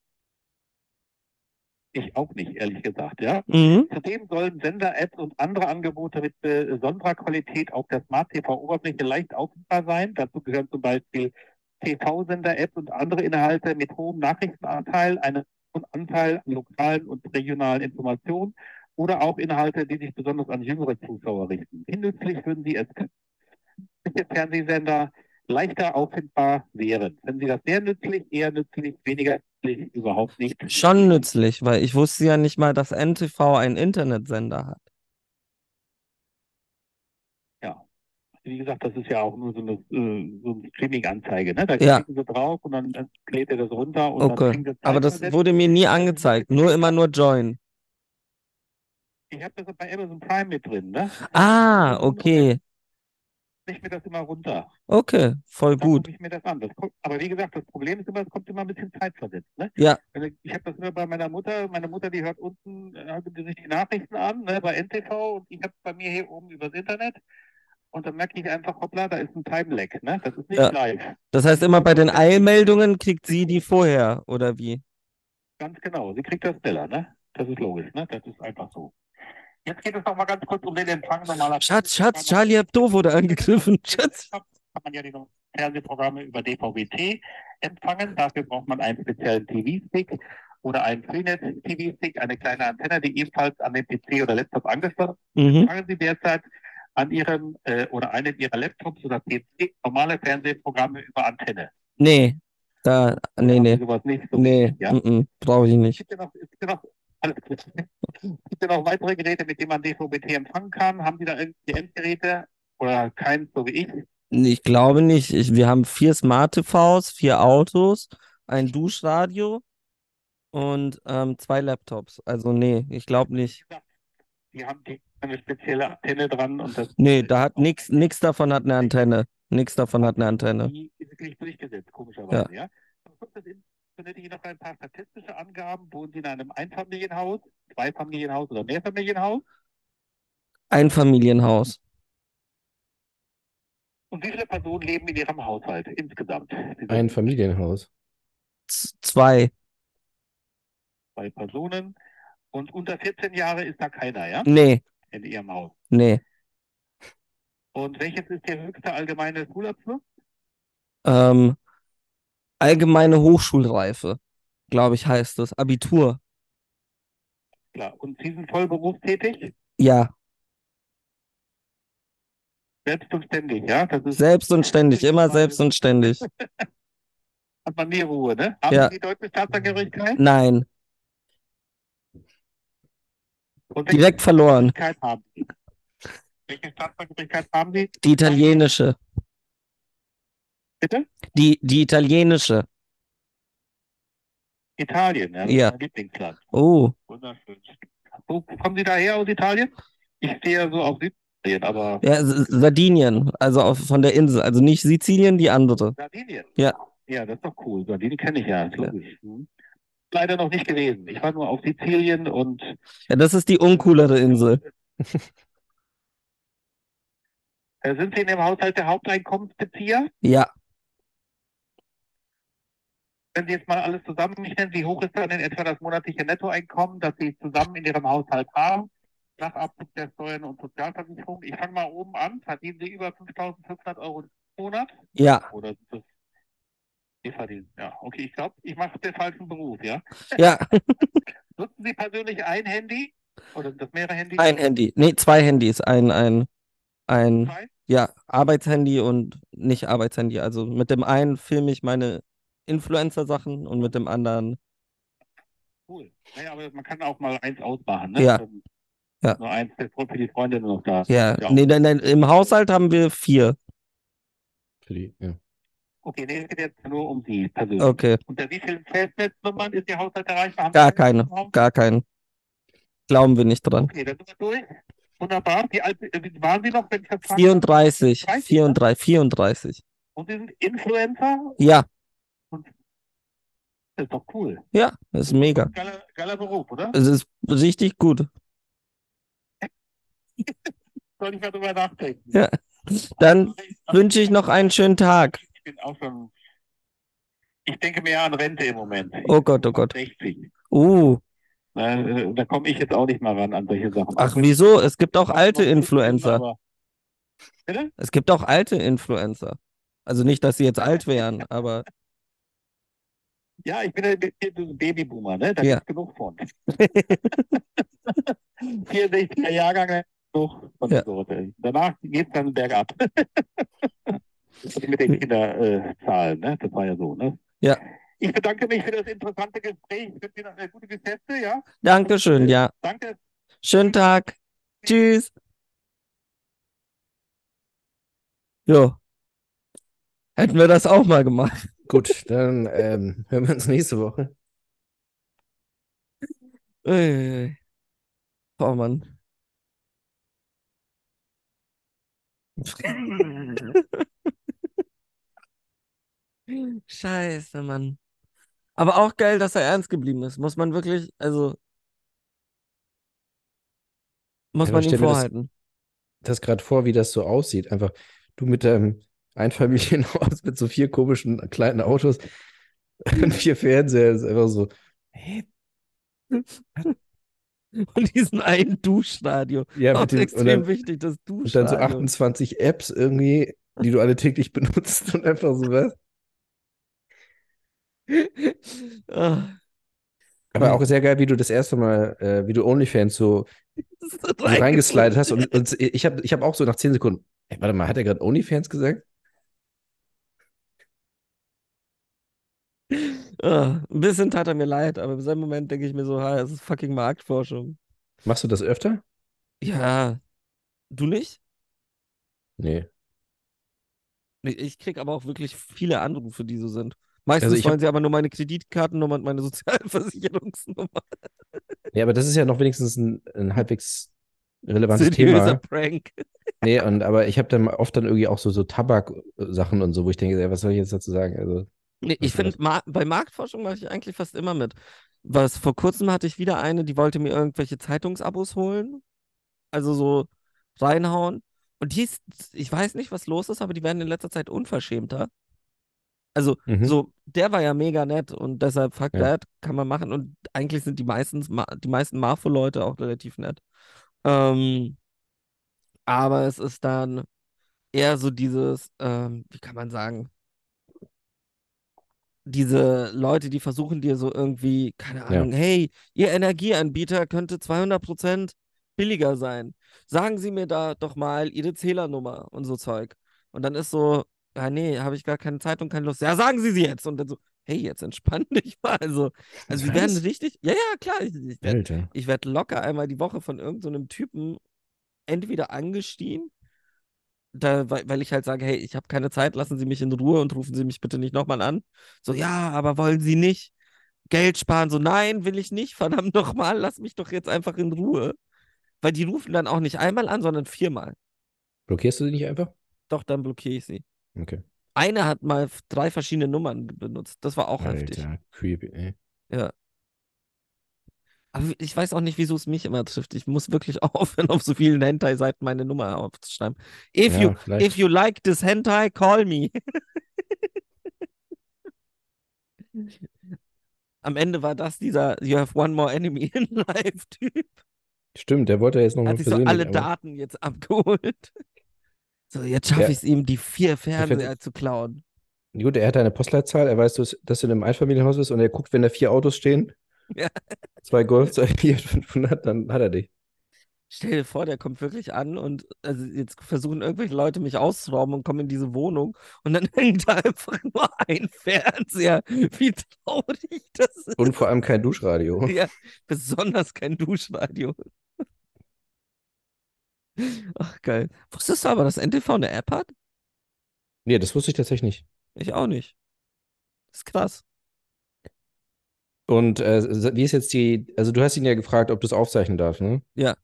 E: Ich auch nicht, ehrlich gesagt, ja.
B: Mhm.
E: Zudem sollen Sender-Apps und andere Angebote mit besonderer Qualität auf der Smart-TV-Oberfläche leicht auffindbar sein. Dazu gehören zum Beispiel TV-Sender-Apps und andere Inhalte mit hohem Nachrichtenanteil, einem hohen Anteil an lokalen und regionalen Informationen oder auch Inhalte, die sich besonders an jüngere Zuschauer richten. Wie nützlich würden Sie es welche Fernsehsender leichter auffindbar wären? Finden Sie das sehr nützlich, eher nützlich, weniger nützlich, überhaupt nicht?
B: Schon nützlich, weil ich wusste ja nicht mal, dass NTV einen Internetsender hat.
E: wie gesagt, das ist ja auch nur so eine, äh, so eine Streaming-Anzeige, ne? Da
B: Ja.
E: klicken sie drauf und dann äh, lädt er das runter und
B: Okay,
E: dann kriegen sie
B: Aber das
E: zeitversetzt.
B: wurde mir nie angezeigt, nur immer nur Join.
E: Ich habe das bei Amazon Prime mit drin, ne?
B: Ah, okay,
E: Ich mir das immer runter.
B: okay, voll
E: Dann
B: gut.
E: gucke ich mir das an. Das kommt, aber wie gesagt, das Problem ist immer, es kommt immer ein bisschen zeitversetzt, ne?
B: Ja.
E: Also ich habe das immer bei meiner Mutter. Meine Mutter, die hört unten, äh, hört sich die Nachrichten an, ne? Bei NTV und ich habe bei mir hier oben übers Internet. Und dann merke ich einfach, hoppla, da ist ein Time-Lag, ne? Das ist nicht
B: Ja.
E: live.
B: Das heißt, immer bei den Eilmeldungen kriegt sie die vorher, oder wie?
E: Ganz genau. Sie kriegt das schneller, ne? Das ist logisch, ne? Das ist einfach so. Jetzt geht es noch mal ganz kurz um den Empfang normaler
B: Schatz, Schatz, Charlie Hebdo wurde angegriffen. [LAUGHS] Schatz.
E: Kann man ja die Fernsehprogramme über DVB-T empfangen. Dafür braucht man einen speziellen TV-Stick oder einen Freenet-TV-Stick, eine kleine Antenne, die ebenfalls an den PC oder Laptop angeschlossen
B: Mhm.
E: empfangen Sie derzeit an Ihrem äh, oder einem Ihrer Laptops oder PC normale Fernsehprogramme über Antenne.
B: Nee, da, nee,
E: Haben Sie
B: nee,
E: sowas nicht so
B: nee,
E: ja?
B: mm-mm, brauche ich
E: Es
B: nicht.
E: gibt ja noch, es gibt ja noch, alles gut. [LAUGHS] Es gibt ja noch weitere Geräte, mit denen man DVB-T empfangen kann. Haben die da irgendwelche Endgeräte oder keins, so wie ich?
B: Nee, Ich glaube nicht. Ich, wir haben vier Smart TVs, vier Autos, ein Duschradio und ähm, zwei Laptops. Also nee, ich glaube nicht.
E: Die haben die eine spezielle Antenne dran und das
B: Nee, da hat ne? nichts, nichts davon hat eine Antenne. Nichts davon hat eine Antenne.
E: Die ist wirklich durchgesetzt, komischerweise, ja. Zum Schluss des Interviews benötige ich noch ein paar statistische Angaben. Wohnen Sie in einem Einfamilienhaus, Zweifamilienhaus oder Mehrfamilienhaus?
B: Einfamilienhaus.
E: Und wie viele Personen leben in Ihrem Haushalt insgesamt? Sie
A: Ein
E: sind
A: Familienhaus.
B: Z zwei.
E: zwei Personen. Und unter 14 Jahre ist da keiner, ja,
B: Nee,
E: in Ihrem Haus.
B: nee.
E: Und welches ist der höchste allgemeine Schulabschluss?
B: Ähm, allgemeine Hochschulreife, glaube ich, heißt es. Abitur.
E: Klar. Und Sie sind voll berufstätig?
B: Ja,
E: Selbst und ständig, ja? Das ist,
B: selbst und ständig, immer selbst und ständig.
E: hat man nie Ruhe, ne? Haben
B: Ja.
E: Sie die deutsche Staatsangehörigkeit?
B: Nein,
E: Und welche
B: direkt verloren.
E: Staatsangehörigkeit haben Sie? Welche Staatsangehörigkeit haben Sie?
B: Die italienische,
E: Bitte?
B: die, die italienische.
E: Italien, ja? Das
B: Ja.
E: ist mein Lieblingsland.
B: Oh,
E: Wunderschön. Wo kommen Sie daher aus Italien? Ich stehe ja so auf Süditalien, aber
B: ja, S- Sardinien, also auf, von der Insel, also nicht Sizilien, die andere.
E: Sardinien.
B: Ja.
E: Ja, das ist doch cool. Sardinien kenne ich ja, ist logisch. Hm. leider noch nicht gewesen. Ich war nur auf Sizilien und
B: Ja, das ist die uncoolere Insel.
E: äh, sind Sie in dem Haushalt der Haupteinkommensbezieher?
B: Ja,
E: Wenn Sie jetzt mal alles zusammenrechnen, wie hoch ist dann in etwa das monatliche Nettoeinkommen, das Sie zusammen in Ihrem Haushalt haben, nach Abzug der Steuern und Sozialversicherung? Ich fange mal oben an. Verdienen Sie über 5.500 Euro im Monat?
B: ja,
E: Oder sind das Sie verdienen? Ja, okay, ich glaube, ich mache den falschen Beruf, ja?
B: ja. [LAUGHS]
E: Nutzen Sie persönlich ein Handy? Oder sind das mehrere Handys?
B: Ein Handy. Nee, zwei Handys. Ein, ein, ein,
E: Zwei?
B: ja, Arbeitshandy und nicht Arbeitshandy. Also mit dem einen filme ich meine Influencer-Sachen und mit dem anderen.
E: Cool. Naja, aber man kann auch mal eins ausmachen, ne?
B: Ja.
E: Dann
B: Ja.
E: Nur eins für für die Freundin noch da.
B: Ja,
E: Ja.
B: nee, nein, nein, im Haushalt haben wir vier.
A: Für die, ja.
E: Okay, nee, es geht jetzt nur um Sie persönlich.
B: Okay,
E: Unter wie vielen Festnetznummern ist Ihr Haushalt erreichbar? Haben
B: gar
E: Sie
B: keine,
E: einen Raum?
B: gar keinen. Glauben wir nicht dran.
E: Okay, dann sind wir durch. Wunderbar. Wie alt äh, wie waren Sie noch, wenn ich das fragen darf?
B: 34,
E: 30, ne?
B: 34, 34.
E: Und Sie sind Influencer?
B: Ja,
E: Das ist doch cool.
B: ja, das ist mega.
E: Geiler, geiler Beruf, oder?
B: Es ist richtig gut.
E: Soll ich mal drüber nachdenken.
B: Ja. Dann wünsche ich noch einen schönen Tag.
E: Ich bin auch schon. Ich denke mehr an Rente im Moment.
B: Oh Gott, oh Gott.
E: 60.
B: Uh,
E: Ne, äh, Da komme ich jetzt auch nicht mal ran an solche Sachen.
B: ach, wieso? Es gibt auch alte Influencer.
E: Aber- Bitte?
B: Es gibt auch alte Influencer. Also nicht, dass sie jetzt alt wären, aber
E: Ja, ich bin ja ein Babyboomer, ne? Da
B: Ja.
E: gibt's genug von. [LAUGHS] 64er Jahrgang, ne? genug von
B: Ja.
E: der Sorte. Danach geht's dann bergab. [LAUGHS] Mit den Kinderzahlen, ne? Das war ja so, ne?
B: Hm. Ja.
E: Ich bedanke mich für das interessante Gespräch. Ich wünsche Ihnen eine gute Geschäfte, ja?
B: Dankeschön, ja.
E: Danke.
B: Schönen Tag. Tschüss. Jo. Hätten wir das auch mal gemacht.
A: Gut, dann ähm, [LAUGHS] hören wir uns nächste Woche.
B: Uiuiui. Oh Mann. Scheiße, Mann. Aber auch geil, dass er ernst geblieben ist. Muss man wirklich, also. Muss
A: Ja, aber
B: man ihm
A: stell mir das-
B: vorhalten. [LAUGHS]
A: Das gerade vor, wie das so aussieht. Einfach du mit deinem Einfamilienhaus [LAUGHS] mit so vier komischen kleinen Autos [LAUGHS] und vier Fernseher. Ist einfach so. Hä?
B: Und diesen einen Duschradio.
A: Ja,
B: Auch
A: mit dem, und
B: extrem
A: dann,
B: wichtig, das
A: und dann so
B: Duschradio.
A: 28 Apps irgendwie, die du alle täglich [LAUGHS] benutzt und einfach so was.
B: [LAUGHS] Ah, Mhm.
A: Aber auch sehr geil, wie du das erste Mal, äh, wie du OnlyFans so,
B: das ist
A: so reingeslidet hast. Und, und ich habe ich hab auch so nach 10 Sekunden, ey, warte mal, hat er gerade OnlyFans gesagt?
B: Ah, ein bisschen tat er mir leid, aber in seinem Moment denke ich mir so, ha, das ist fucking Marktforschung.
A: Machst du das öfter?
B: Ja. Du nicht?
A: Nee.
B: Nee, Ich krieg aber auch wirklich viele Anrufe, die so sind. Meistens
A: Also ich hab-
B: wollen sie aber nur meine Kreditkartennummer und meine [LAUGHS] Sozialversicherungsnummer.
A: Nee, aber das ist ja noch wenigstens ein, ein halbwegs relevantes
B: Seriöser
A: Thema.
B: Prank.
A: Nee, und aber ich habe dann oft dann irgendwie auch so, so Tabak-Sachen und so, wo ich denke, ey, was soll ich jetzt dazu sagen? Also,
B: Nee,
A: Was
B: ich
A: war
B: finde, Ma bei Marktforschung mache ich eigentlich fast immer mit. Was vor kurzem hatte ich wieder eine, die wollte mir irgendwelche Zeitungsabos holen. Also so reinhauen. Und die ist, ich weiß nicht, was los ist, aber die werden in letzter Zeit unverschämter. Also,
A: mhm.
B: so, der war ja mega nett und deshalb, fuck
A: Ja.
B: that, kann man machen. Und eigentlich sind die meistens, Ma- die meisten Marfo-Leute auch relativ nett. Ähm, aber es ist dann eher so dieses, ähm, wie kann man sagen, diese Leute, die versuchen dir so irgendwie, keine
A: Ja.
B: Ahnung, hey, Ihr Energieanbieter könnte 200% billiger sein. Sagen Sie mir da doch mal Ihre Zählernummer und so Zeug. Und dann ist so, ja, nee, habe ich gar keine Zeit und keine Lust. Ja, sagen Sie sie jetzt. Und dann so, hey, jetzt entspann [LAUGHS] dich mal. Also, also die werden
A: Was?
B: richtig, ja, ja, klar, ich, ich werde
A: Alter.
B: ich werd locker einmal die Woche von irgendeinem so einem Typen entweder angestien, da, weil, weil ich halt sage, hey, ich habe keine Zeit, lassen Sie mich in Ruhe und rufen Sie mich bitte nicht nochmal an. So, ja, aber wollen Sie nicht Geld sparen? So, nein, will ich nicht, [LAUGHS] verdammt nochmal, lass mich doch jetzt einfach in Ruhe. Weil die rufen dann auch nicht einmal an, sondern viermal.
A: Blockierst du die nicht einfach?
B: Doch, dann blockiere ich sie.
A: Okay.
B: Eine hat mal f- drei verschiedene Nummern benutzt. Das war auch heftig.
A: Alter, creepy, ey.
B: Aber ich weiß auch nicht, wieso es mich immer trifft. Ich muss wirklich [LAUGHS] aufhören, auf so vielen Hentai-Seiten meine Nummer aufzuschreiben. If
A: Ja,
B: you,
A: vielleicht.
B: if you like this Hentai, call me. [LAUGHS] Am Ende war das dieser You have one more enemy [LAUGHS] in life-Typ.
A: Stimmt, der wollte ja jetzt nochmal
B: Hat sich so
A: persönlich.
B: alle
A: aber-
B: Daten jetzt abgeholt. [LAUGHS] So, jetzt schaffe
A: Ja.
B: ich es ihm, die vier Fernseher
A: fährt-
B: zu klauen.
A: Gut, er hat eine Postleitzahl, er weiß, dass dass du in einem Einfamilienhaus bist und er guckt, wenn da vier Autos stehen.
B: Ja.
A: Zwei Golf, zwei Fiat 500, dann hat er dich.
B: Stell dir vor, der kommt wirklich an und also jetzt versuchen irgendwelche Leute mich auszurauben und kommen in diese Wohnung und dann [LAUGHS] hängt da einfach nur ein Fernseher. Wie traurig das ist.
A: Und vor allem kein Duschradio.
B: Ja, besonders kein Duschradio. Ach, geil. Wusstest du aber, dass NTV eine App hat?
A: Nee, das wusste ich tatsächlich nicht.
B: Ich auch nicht. ist krass.
A: Und äh, wie ist jetzt die, also du hast ihn ja gefragt, ob du es aufzeichnen darfst, ne?
B: Ja.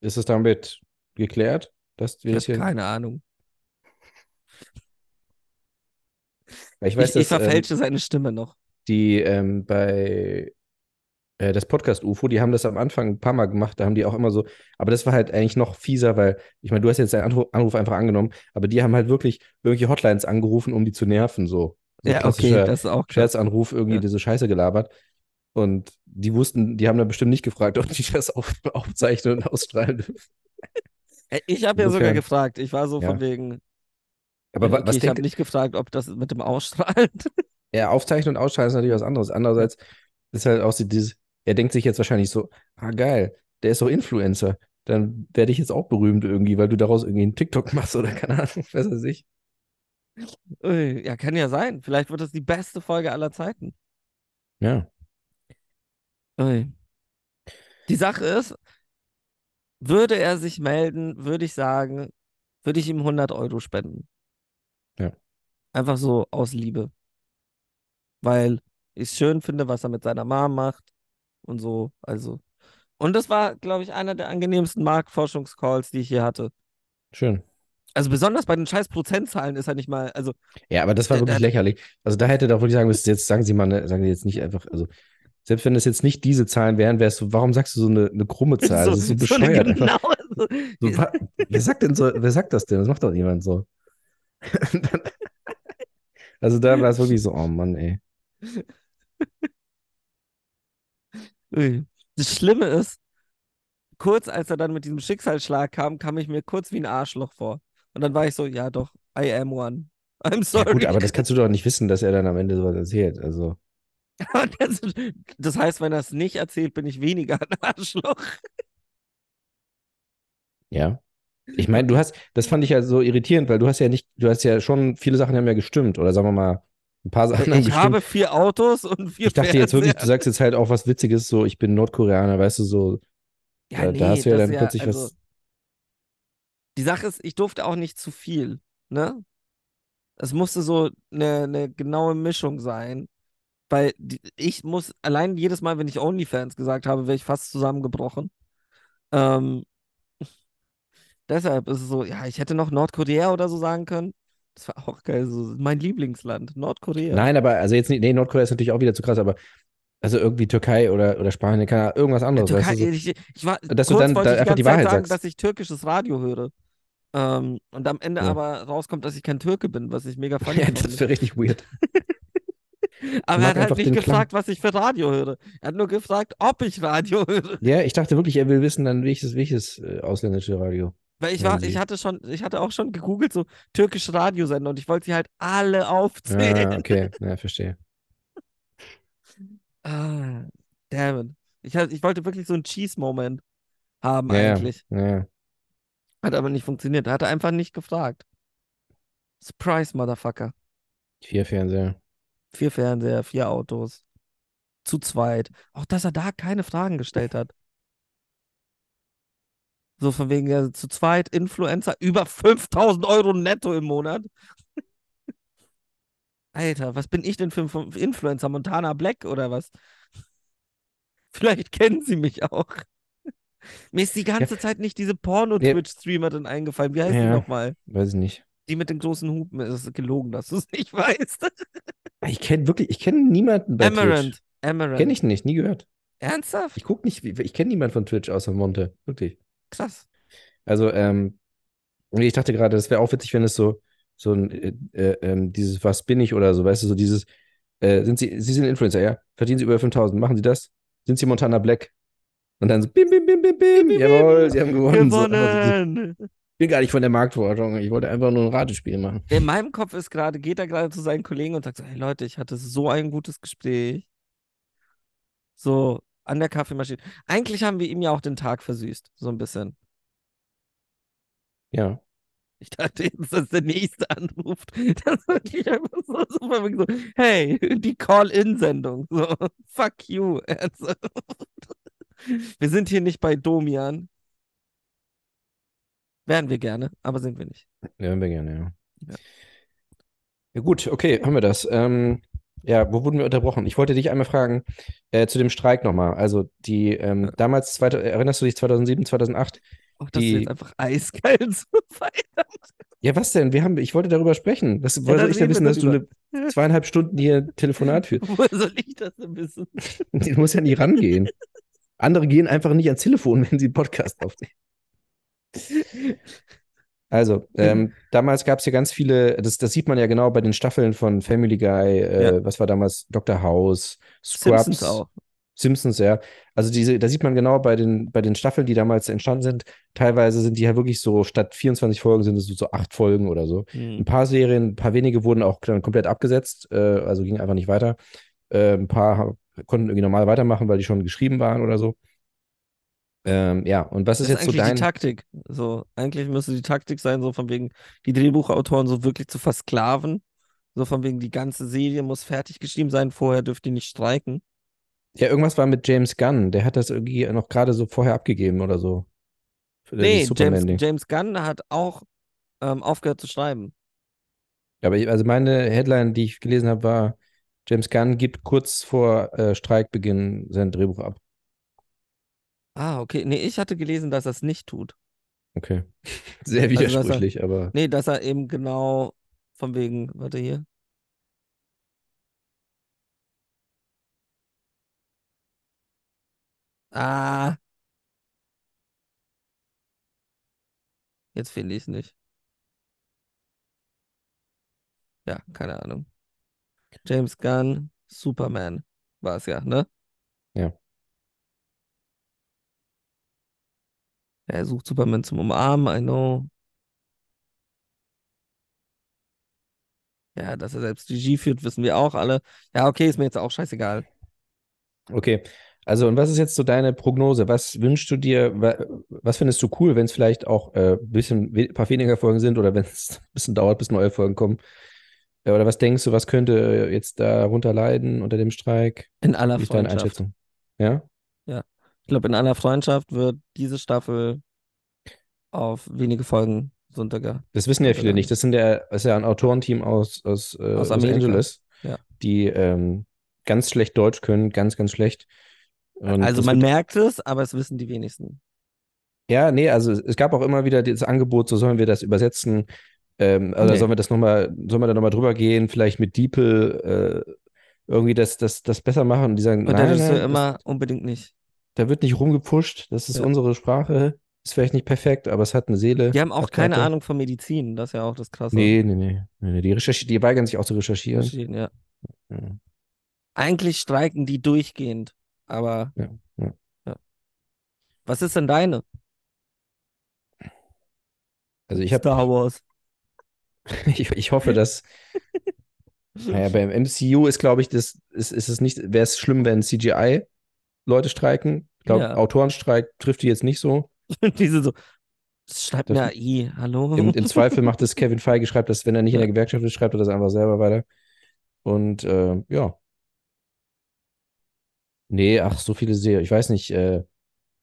A: Ist es damit geklärt, dass wir
B: Ich
A: das
B: habe
A: hier,
B: keine Ahnung.
A: ich
B: Ich,
A: weiß,
B: ich,
A: dass ähm,
B: verfälsche seine Stimme noch.
A: die ähm, bei äh, das Podcast UFO, die haben das am Anfang ein paar Mal gemacht, da haben die auch immer so, aber das war halt eigentlich noch fieser, weil ich meine, du hast jetzt deinen Anruf, Anruf einfach angenommen, aber die haben halt wirklich irgendwelche Hotlines angerufen, um die zu nerven, so. So
B: Ja, okay,
A: klassischer
B: das ist auch krass.
A: Scherzanruf, irgendwie
B: Ja.
A: diese Scheiße gelabert. Und die wussten, die haben da bestimmt nicht gefragt, [LAUGHS] ob die das auf, aufzeichnen und ausstrahlen dürfen.
B: Äh, Ich habe ja sogar
A: Insofern-
B: gefragt. Ich war so
A: Ja.
B: von wegen. äh,
A: Aber wa-
B: okay,
A: was
B: ich habe
A: denkt
B: nicht gefragt, ob das mit dem Ausstrahlen.
A: Ja, aufzeichnen und ausschalten ist natürlich was anderes. Andererseits ist halt auch so dieses, er denkt sich jetzt wahrscheinlich so, ah geil, der ist doch Influencer. Dann werde ich jetzt auch berühmt irgendwie, weil du daraus irgendwie einen TikTok [LAUGHS] machst oder keine Ahnung, was weiß ich.
B: Ui, ja, kann ja sein. Vielleicht wird das die beste Folge aller Zeiten.
A: Ja.
B: Ui. Die Sache ist, würde er sich melden, würde ich sagen, würde ich ihm 100 Euro spenden.
A: Ja.
B: Einfach so aus Liebe. Weil ich schön finde, was er mit seiner Mom macht und so. Also. Und das war, glaube ich, einer der angenehmsten Marktforschungscalls, die ich hier hatte.
A: Schön.
B: Also besonders bei den scheiß Prozentzahlen ist er nicht mal, also
A: Ja, aber das war
B: Der-
A: wirklich
B: der-
A: lächerlich. Also da hätte er doch wirklich sagen müssen, jetzt sagen Sie mal, ne, sagen Sie jetzt nicht einfach, also selbst wenn das jetzt nicht diese Zahlen wären, wärst du, warum sagst du so eine, eine krumme Zahl?
B: so,
A: das ist also so
B: so eine
A: bescheuert. einfach.
B: genaue, [LAUGHS] so,
A: So, wa- wer sagt denn so, wer sagt das denn? Das macht doch niemand so. [LAUGHS] Also da war es wirklich so, oh Mann, ey.
B: Ui. Das Schlimme ist, kurz als er dann mit diesem Schicksalsschlag kam, kam ich mir kurz wie ein Arschloch vor. Und dann war ich so, ja doch, I am one. I'm
A: Ja, gut,
B: sorry.
A: aber das kannst du doch nicht wissen, dass er dann am Ende sowas erzählt. Also,
B: [LAUGHS] Und das, das heißt, wenn er es nicht erzählt, bin ich weniger ein Arschloch.
A: ja. Ich meine, du hast, das fand ich ja so irritierend, weil du hast ja nicht, du hast ja schon, viele Sachen haben ja gestimmt, oder sagen wir mal, ein paar Sachen haben
B: Ich
A: gestimmt.
B: habe vier Autos und vier
A: ich dachte jetzt wirklich, du
B: Fernseher.
A: sagst jetzt halt auch was Witziges, so, ich bin Nordkoreaner, weißt du, so,
B: Ja,
A: da,
B: nee,
A: da hast du ja
B: das
A: dann
B: ist
A: plötzlich
B: also,
A: was.
B: Die Sache ist, ich durfte auch nicht zu viel, ne? Es musste so eine, eine genaue Mischung sein, weil die, ich muss, allein jedes Mal, wenn ich OnlyFans gesagt habe, wäre ich fast zusammengebrochen. Ähm, [LAUGHS] deshalb ist es so, ja, ich hätte noch Nordkorea oder so sagen können. Das war auch geil, so mein Lieblingsland, Nordkorea.
A: Nein, aber, also jetzt nicht, nee, Nordkorea ist natürlich auch wieder zu krass, aber, also irgendwie Türkei oder, oder Spanien, keine Ahnung, irgendwas
B: Ja,
A: anderes,
B: Türkei,
A: weißt [LAUGHS] du, so.
B: ich, ich war,
A: Dass du
B: kurz
A: dann-
B: wollte
A: dann
B: ich
A: einfach die
B: ganze Zeit
A: Wahrheit
B: sagen,
A: sagst.
B: dass ich türkisches Radio höre. Ähm, und am Ende
A: Ja.
B: aber rauskommt, dass ich kein Türke bin, was
A: [LAUGHS]
B: ich mega funny
A: Ja,
B: finde.
A: das wäre richtig weird.
B: Aber
A: mag
B: er hat halt
A: einfach
B: nicht
A: den Klang.
B: gefragt, was ich für Radio höre. Er hat nur gefragt, ob ich Radio [LAUGHS] höre.
A: Ja, ich dachte wirklich, er will wissen, dann welches, welches äh, ausländische
B: [LAUGHS]
A: Radio.
B: Weil ich
A: Hören
B: war,
A: Sie.
B: ich hatte schon, ich hatte auch schon gegoogelt, so türkische Radiosender und ich wollte sie halt alle
A: Ah,
B: aufzählen.
A: okay, ja, verstehe.
B: Ah, damn it. Ich, hab- ich wollte wirklich so einen Cheese-Moment haben
A: Ja, ja,
B: eigentlich.
A: ja, ja.
B: Hat aber nicht funktioniert. Er hatte einfach nicht gefragt. Surprise, Motherfucker.
A: Vier Fernseher.
B: Vier Fernseher, vier Autos. Zu zweit. Auch dass er da keine Fragen gestellt hat. So von wegen, ja, zu zweit, Influencer, [LAUGHS] über 5000 Euro netto im Monat. [LAUGHS] Alter, was bin ich denn für ein Fu- Influencer? Montana Black oder was? [LAUGHS] Vielleicht kennen sie mich auch. [LAUGHS] Mir ist die ganze Zeit nicht diese Porno-Twitch-Streamerin eingefallen. Wie heißt die
A: Ja.
B: nochmal?
A: Weiß ich nicht.
B: Die mit den großen Hupen. Es ist gelogen, dass du es nicht [LAUGHS] weißt.
A: Ich kenne wirklich, ich kenne niemanden bei
B: Amarant.
A: Twitch.
B: Amarant.
A: Kenne ich nicht, nie gehört.
B: Ernsthaft?
A: Ich gucke nicht, ich kenne niemanden von Twitch außer Monte. Wirklich.
B: Krass.
A: Also, ähm, nee, ich dachte gerade, das wäre auch witzig, wenn es so, so ein, äh, äh, ähm, dieses, was bin ich oder so, weißt du, so dieses, äh, sind Sie, Sie sind Influencer, ja? Verdienen Sie über 5000, machen Sie das? Sind Sie Montana Black? Und dann so, bim, bim, bim, bim, bim,
B: bim,
A: jawohl, Sie haben gewonnen. So, aber so,
B: Gewonnen!
A: ich bin gar nicht von der Marktforschung, ich wollte einfach nur ein Ratespiel machen.
B: In meinem Kopf ist gerade, geht er gerade zu seinen Kollegen und sagt so, hey Leute, ich hatte so ein gutes Gespräch. So, an der Kaffeemaschine. Eigentlich haben wir ihm ja auch den Tag versüßt, so ein bisschen.
A: Ja.
B: Ich dachte [LAUGHS] jetzt, dass der nächste anruft. [LAUGHS] Das ist wirklich einfach so super. wirklich So, hey, die Call-In-Sendung. So, [LAUGHS] fuck you. Ernsthaft. [LAUGHS] Wir sind hier nicht bei Domian. Wären wir gerne, aber sind wir nicht.
A: Ja, wir gerne, ja.
B: Ja.
A: Ja, gut, okay, haben wir das. Ähm, ja, wo wurden wir unterbrochen? Ich wollte dich einmal fragen, äh, zu dem Streik nochmal. Also, die, ähm, damals, zweite, erinnerst du dich, 2007, 2008?
B: Oh, dass wir
A: Die-
B: jetzt einfach eiskalt [LAUGHS] so weiter.
A: Ja, was denn? Wir haben, ich wollte darüber sprechen. Das wollte
B: dann
A: ich ja
B: reden wir
A: wissen, dass du
B: darüber.
A: eine zweieinhalb Stunden hier Telefonat
B: [LAUGHS]
A: führst.
B: Wo soll ich das denn wissen?
A: [LAUGHS] Du musst ja nie rangehen. Andere gehen einfach nicht ans Telefon, wenn sie einen Podcast aufnehmen. Also, ähm, damals gab es ja ganz viele, das, das sieht man ja genau bei den Staffeln von Family Guy, äh, was war damals, Dr. House, Scrubs,
B: Simpsons auch.
A: Simpsons, ja. Also diese, da sieht man genau bei den, bei den Staffeln, die damals entstanden sind, teilweise sind die ja wirklich so, statt 24 Folgen sind es so, so acht Folgen oder so. Ein
B: Hm.
A: paar Serien, ein paar wenige wurden auch dann komplett abgesetzt, äh, also ging einfach nicht weiter. Äh, ein paar ha- konnten irgendwie normal weitermachen, weil die schon geschrieben waren oder so. Ähm, ja, und was
B: Das
A: ist
B: ist
A: jetzt so
B: eigentlich
A: dein.
B: die Taktik. So, eigentlich müsste die Taktik sein, so von wegen, die Drehbuchautoren so wirklich zu versklaven. So von wegen, die ganze Serie muss fertig geschrieben sein, vorher dürft ihr nicht streiken.
A: Ja, irgendwas war mit James Gunn, der hat das irgendwie noch gerade so vorher abgegeben oder so. Für dieses
B: Nee, James,
A: Superman-Ding.
B: James Gunn hat auch ähm, aufgehört zu schreiben.
A: Ja, Aber ich, also meine Headline, die ich gelesen habe, war: James Gunn gibt kurz vor äh, Streikbeginn sein Drehbuch ab.
B: Ah, okay. Nee, ich hatte gelesen, dass er es nicht tut.
A: Okay. [LAUGHS] Sehr
B: Also, dass er-
A: widersprüchlich, aber.
B: Nee, dass er eben genau von wegen, warte hier. Ah. Jetzt finde ich es nicht. Ja, keine Ahnung. James Gunn, Superman war es ja, ne?
A: Ja.
B: Er sucht Superman zum Umarmen, I know. Ja, dass er selbst Regie führt, wissen wir auch alle. Ja, okay, ist mir jetzt auch scheißegal.
A: Okay, also und was ist jetzt so deine Prognose? Was wünschst du dir, wa- was findest du cool, wenn es vielleicht auch äh, ein bisschen, we- paar weniger Folgen sind oder wenn es [LAUGHS] ein bisschen dauert, bis neue Folgen kommen? Ja, Oder was denkst du, was könnte äh, jetzt darunter leiden unter dem Streik?
B: In aller
A: Wie ist deine
B: Freundschaft.
A: Einschätzung? Ja?
B: Ich glaube, in aller Freundschaft wird diese Staffel auf wenige Folgen runterge.
A: Das wissen ja
B: Könnte
A: viele
B: sein.
A: nicht. Das sind ja, das ist ja ein Autorenteam aus, aus, äh,
B: Aus
A: Los
B: Amerika.
A: Angeles,
B: Ja.
A: die ähm, ganz schlecht Deutsch können, ganz, ganz schlecht. Und
B: Also
A: das
B: man
A: wird-
B: merkt es, aber es wissen die wenigsten.
A: Ja, nee, also es- es gab auch immer wieder das Angebot, so sollen wir das übersetzen, ähm, also
B: Nee.
A: sollen wir das nochmal, sollen wir da nochmal drüber gehen, vielleicht mit DeepL äh, irgendwie das, das, das besser machen und die sagen,
B: Und der
A: nein,
B: Regisseur
A: nein,
B: immer unbedingt nicht.
A: das, da wird nicht rumgepusht, das ist
B: Ja.
A: unsere Sprache, ist vielleicht nicht perfekt, aber es hat eine Seele.
B: Die haben auch
A: hat
B: keine
A: Werte.
B: Ahnung von Medizin, das ist ja auch das Krasse.
A: Nee, nee, nee, nee, nee, die recherchi die weigern sich auch zu recherchieren. Hm.
B: Verstehen, ja.
A: Ja.
B: Eigentlich streiken die durchgehend, aber
A: Ja, ja.
B: Ja. Was ist denn deine?
A: Also ich habe
B: Star Wars. [LAUGHS]
A: [LAUGHS] Ich, ich hoffe, dass. Naja, beim MCU ist, glaube ich, das ist, ist es nicht, wäre es schlimm, wenn CGI-Leute streiken. Ich glaube,
B: Ja.
A: Autorenstreik trifft die jetzt nicht so.
B: Diese so, schreibt
A: Das-
B: mir AI, hallo?
A: Im, Im Zweifel macht
B: [LAUGHS]
A: es Kevin Feige, schreibt das, wenn er nicht in der Gewerkschaft ist, schreibt er das einfach selber weiter. Und äh, ja. Nee, ach, so viele Serien. Ich weiß nicht, äh,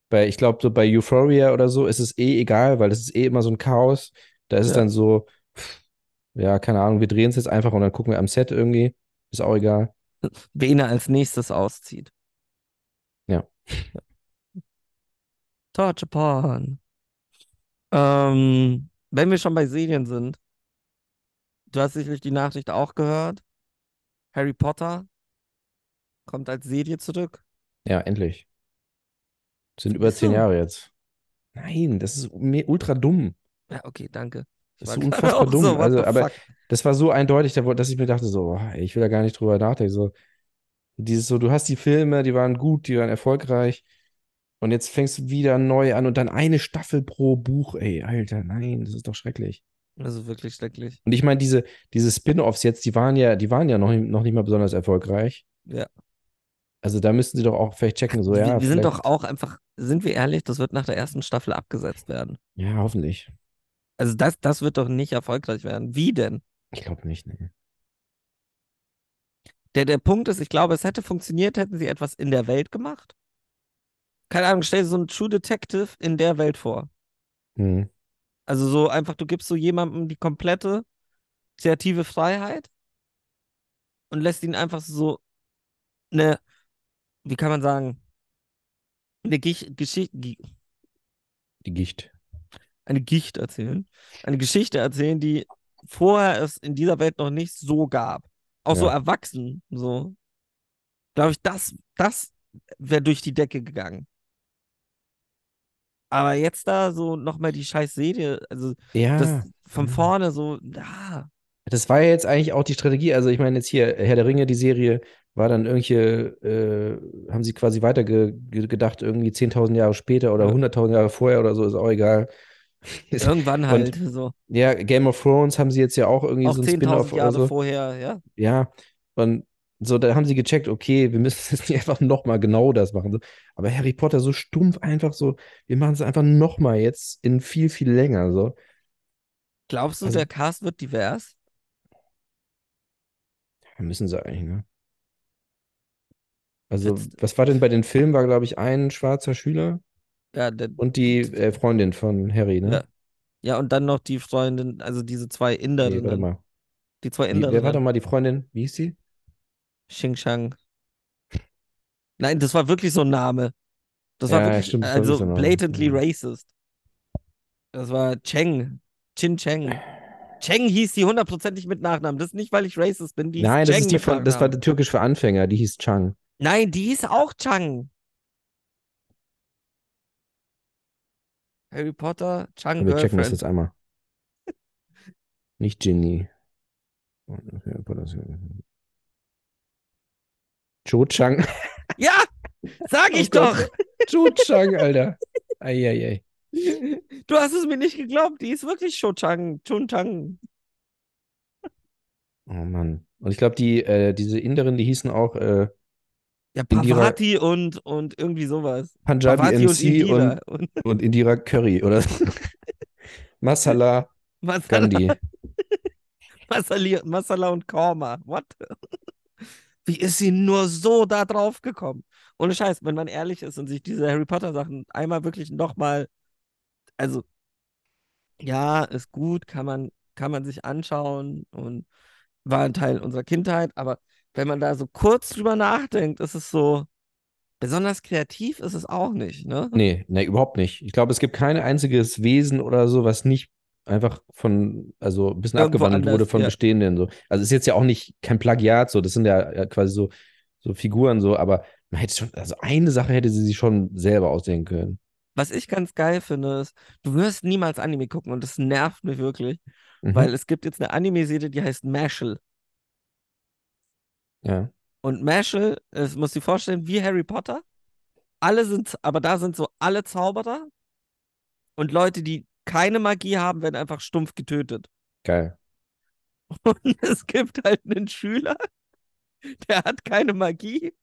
A: bei, ich glaube, so bei Euphoria oder so ist es eh egal, weil das ist eh immer so ein Chaos. Da ist es
B: Ja.
A: dann so, pff, ja, keine Ahnung, wir drehen es jetzt einfach und dann gucken wir am Set irgendwie. Ist auch egal.
B: Wen er als nächstes auszieht.
A: Ja.
B: [LAUGHS] Touch upon. Ähm, wenn wir schon bei Serien sind, du hast sicherlich die Nachricht auch gehört. Harry Potter kommt als Serie zurück.
A: Ja, endlich. Sind über zehn
B: so.
A: Jahre jetzt. Nein, das ist mi- ultra dumm.
B: Ja, okay, danke. Ich
A: Das ist
B: war
A: so
B: gerade
A: unfassbar
B: [LAUGHS] auch so,
A: dumm.
B: what
A: Also,
B: the
A: aber
B: fuck?
A: Das war so eindeutig, da wo- dass ich mir dachte, so, boah, ey, ich will da gar nicht drüber nachdenken. So, dieses so, du hast die Filme, die waren gut, die waren erfolgreich. Und jetzt fängst du wieder neu an und dann eine Staffel pro Buch, ey, Alter, nein, das ist doch schrecklich.
B: Das ist Also wirklich schrecklich.
A: Und ich meine, diese, diese Spin-offs jetzt, die waren ja, die waren ja noch, noch nicht mal besonders erfolgreich.
B: Ja.
A: Also da müssten sie doch auch vielleicht checken, so,
B: wir,
A: ja,
B: wir sind
A: vielleicht-
B: doch auch einfach, sind wir ehrlich, das wird nach der ersten Staffel abgesetzt werden.
A: Ja, hoffentlich.
B: Also das, das wird doch nicht erfolgreich werden. Wie denn?
A: Ich glaube nicht, ne.
B: Der, der Punkt ist, ich glaube, es hätte funktioniert, hätten sie etwas in der Welt gemacht. Keine Ahnung, stell dir so einen True Detective in der Welt vor.
A: Hm.
B: Also so einfach, du gibst so jemandem die komplette kreative Freiheit und lässt ihn einfach so eine, wie kann man sagen, eine Gich- Geschichte, Gi-
A: Die Gicht.
B: eine Gicht erzählen, eine Geschichte erzählen, die vorher es in dieser Welt noch nicht so gab. Auch so
A: Ja.
B: erwachsen, so. Glaube ich, das, das wäre durch die Decke gegangen. Aber jetzt da so nochmal die scheiß Serie, also
A: Ja.
B: das von
A: Ah, ja.
B: vorne so, ah,
A: Das war ja jetzt eigentlich auch die Strategie. Also, ich meine, jetzt hier, Herr der Ringe, die Serie war dann irgendwelche, äh, haben sie quasi weitergedacht, irgendwie 10.000 Jahre später oder
B: Ja.
A: 100.000 Jahre vorher oder so, ist auch egal. Ist-
B: irgendwann halt so.
A: Ja, Game of Thrones haben sie jetzt ja auch irgendwie
B: Auch
A: so ein Spin-off
B: 10.000
A: oder
B: Jahre
A: so.
B: vorher, ja.
A: Ja, und so, da haben sie gecheckt, okay, wir müssen [LAUGHS] jetzt nicht einfach nochmal genau das machen. So. Aber Harry Potter so stumpf einfach so, wir machen es einfach nochmal jetzt in viel, viel länger. So.
B: Glaubst du,
A: Also-
B: der Cast wird divers?
A: Ja, Müssen sie eigentlich, ne? Also,
B: Jetzt-
A: was war denn bei den Filmen? War, glaube ich, ein schwarzer Schüler
B: Ja, der,
A: und die äh, Freundin von Harry, ne?
B: Ja, ja, und dann noch die Freundin, also diese zwei
A: nee, warte
B: Inderinnen.
A: mal.
B: Die zwei
A: Die, wer war doch
B: Inderinnen.
A: mal die Freundin? Wie hieß sie?
B: Xing Shang. Nein, das war wirklich so ein Name. Das war
A: Ja,
B: wirklich,
A: stimmt, das war wirklich
B: also
A: so ein Name. Mhm.
B: blatantly
A: Ja.
B: racist. Das war Cheng. Chin Cheng. Cheng hieß die hundertprozentig mit Nachnamen. Das ist nicht, weil ich racist bin. Die hieß
A: Nein, das
B: Cheng
A: ist die
B: mit
A: von, das war
B: Nachnamen.
A: türkisch für Anfänger, die hieß Chang.
B: Nein, die hieß auch Chang. Harry Potter, Chang
A: Wir checken das
B: Girlfriend.
A: jetzt einmal. Nicht Ginny. Harry Potter ist- Cho Chang.
B: Ja, sag
A: Oh
B: ich
A: Gott.
B: doch.
A: Cho Chang, Alter. Eieiei.
B: Du hast es mir nicht geglaubt. Die ist wirklich Cho-Chang. Chun-Chang.
A: Oh Mann. Und ich glaube, die, äh, diese Inderin, die hießen auch äh,
B: Ja,
A: Indira-
B: Pavati und, und irgendwie sowas.
A: Punjabi
B: Pavati und
A: MC und,
B: Indira und
A: Und Indira Curry,
B: [LAUGHS]
A: oder? so. Masala
B: Masala, [LAUGHS]
A: Gandhi.
B: Masali, Masala und Korma. What? [LAUGHS] Wie ist sie nur so da drauf gekommen? Ohne Scheiß, wenn man ehrlich ist und sich diese Harry Potter Sachen einmal wirklich nochmal, also ja, ist gut, kann man, kann man sich anschauen und war ein Teil unserer Kindheit, aber wenn man da so kurz drüber nachdenkt, ist es so, besonders kreativ ist es auch nicht, ne?
A: Nee, nee, überhaupt nicht. Ich glaube, es gibt kein einziges Wesen oder so, was nicht einfach von, also ein bisschen
B: Irgendwo
A: abgewandelt
B: anders,
A: wurde von
B: ja.
A: bestehenden. So. Also ist jetzt ja auch nicht kein Plagiat, so, das sind ja äh, quasi so, so Figuren, so, aber man hätte schon, also eine Sache hätte sie sich schon selber ausdenken können.
B: Was ich ganz geil finde, ist, du wirst niemals Anime gucken und das nervt mich wirklich,
A: Mhm.
B: weil es gibt jetzt eine Anime-Serie, die heißt Mashal.
A: ja.
B: Und Mashal, es muss dir vorstellen, wie Harry Potter. Alle sind, aber da sind so alle Zauberer und Leute, die keine Magie haben, werden einfach stumpf getötet.
A: Geil.
B: Und [LAUGHS] es gibt halt einen Schüler, der hat keine Magie.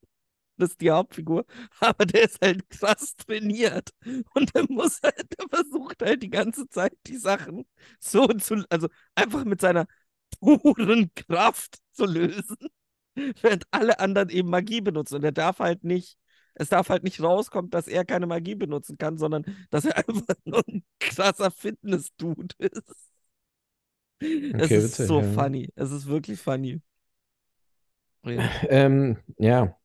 B: Das ist die Hauptfigur, aber der ist halt krass trainiert. Und der muss halt, der versucht halt die ganze Zeit die Sachen so zu, also einfach mit seiner puren Kraft zu lösen. [LAUGHS] Während alle anderen eben Magie benutzen. Und er darf halt nicht, es darf halt nicht rauskommen, dass er keine Magie benutzen kann, sondern dass er [LAUGHS] einfach nur ein krasser Fitness-Dude ist. Es
A: Okay,
B: ist
A: witzig,
B: so
A: ja.
B: funny. Es ist wirklich funny. Ja.
A: Ähm, ja.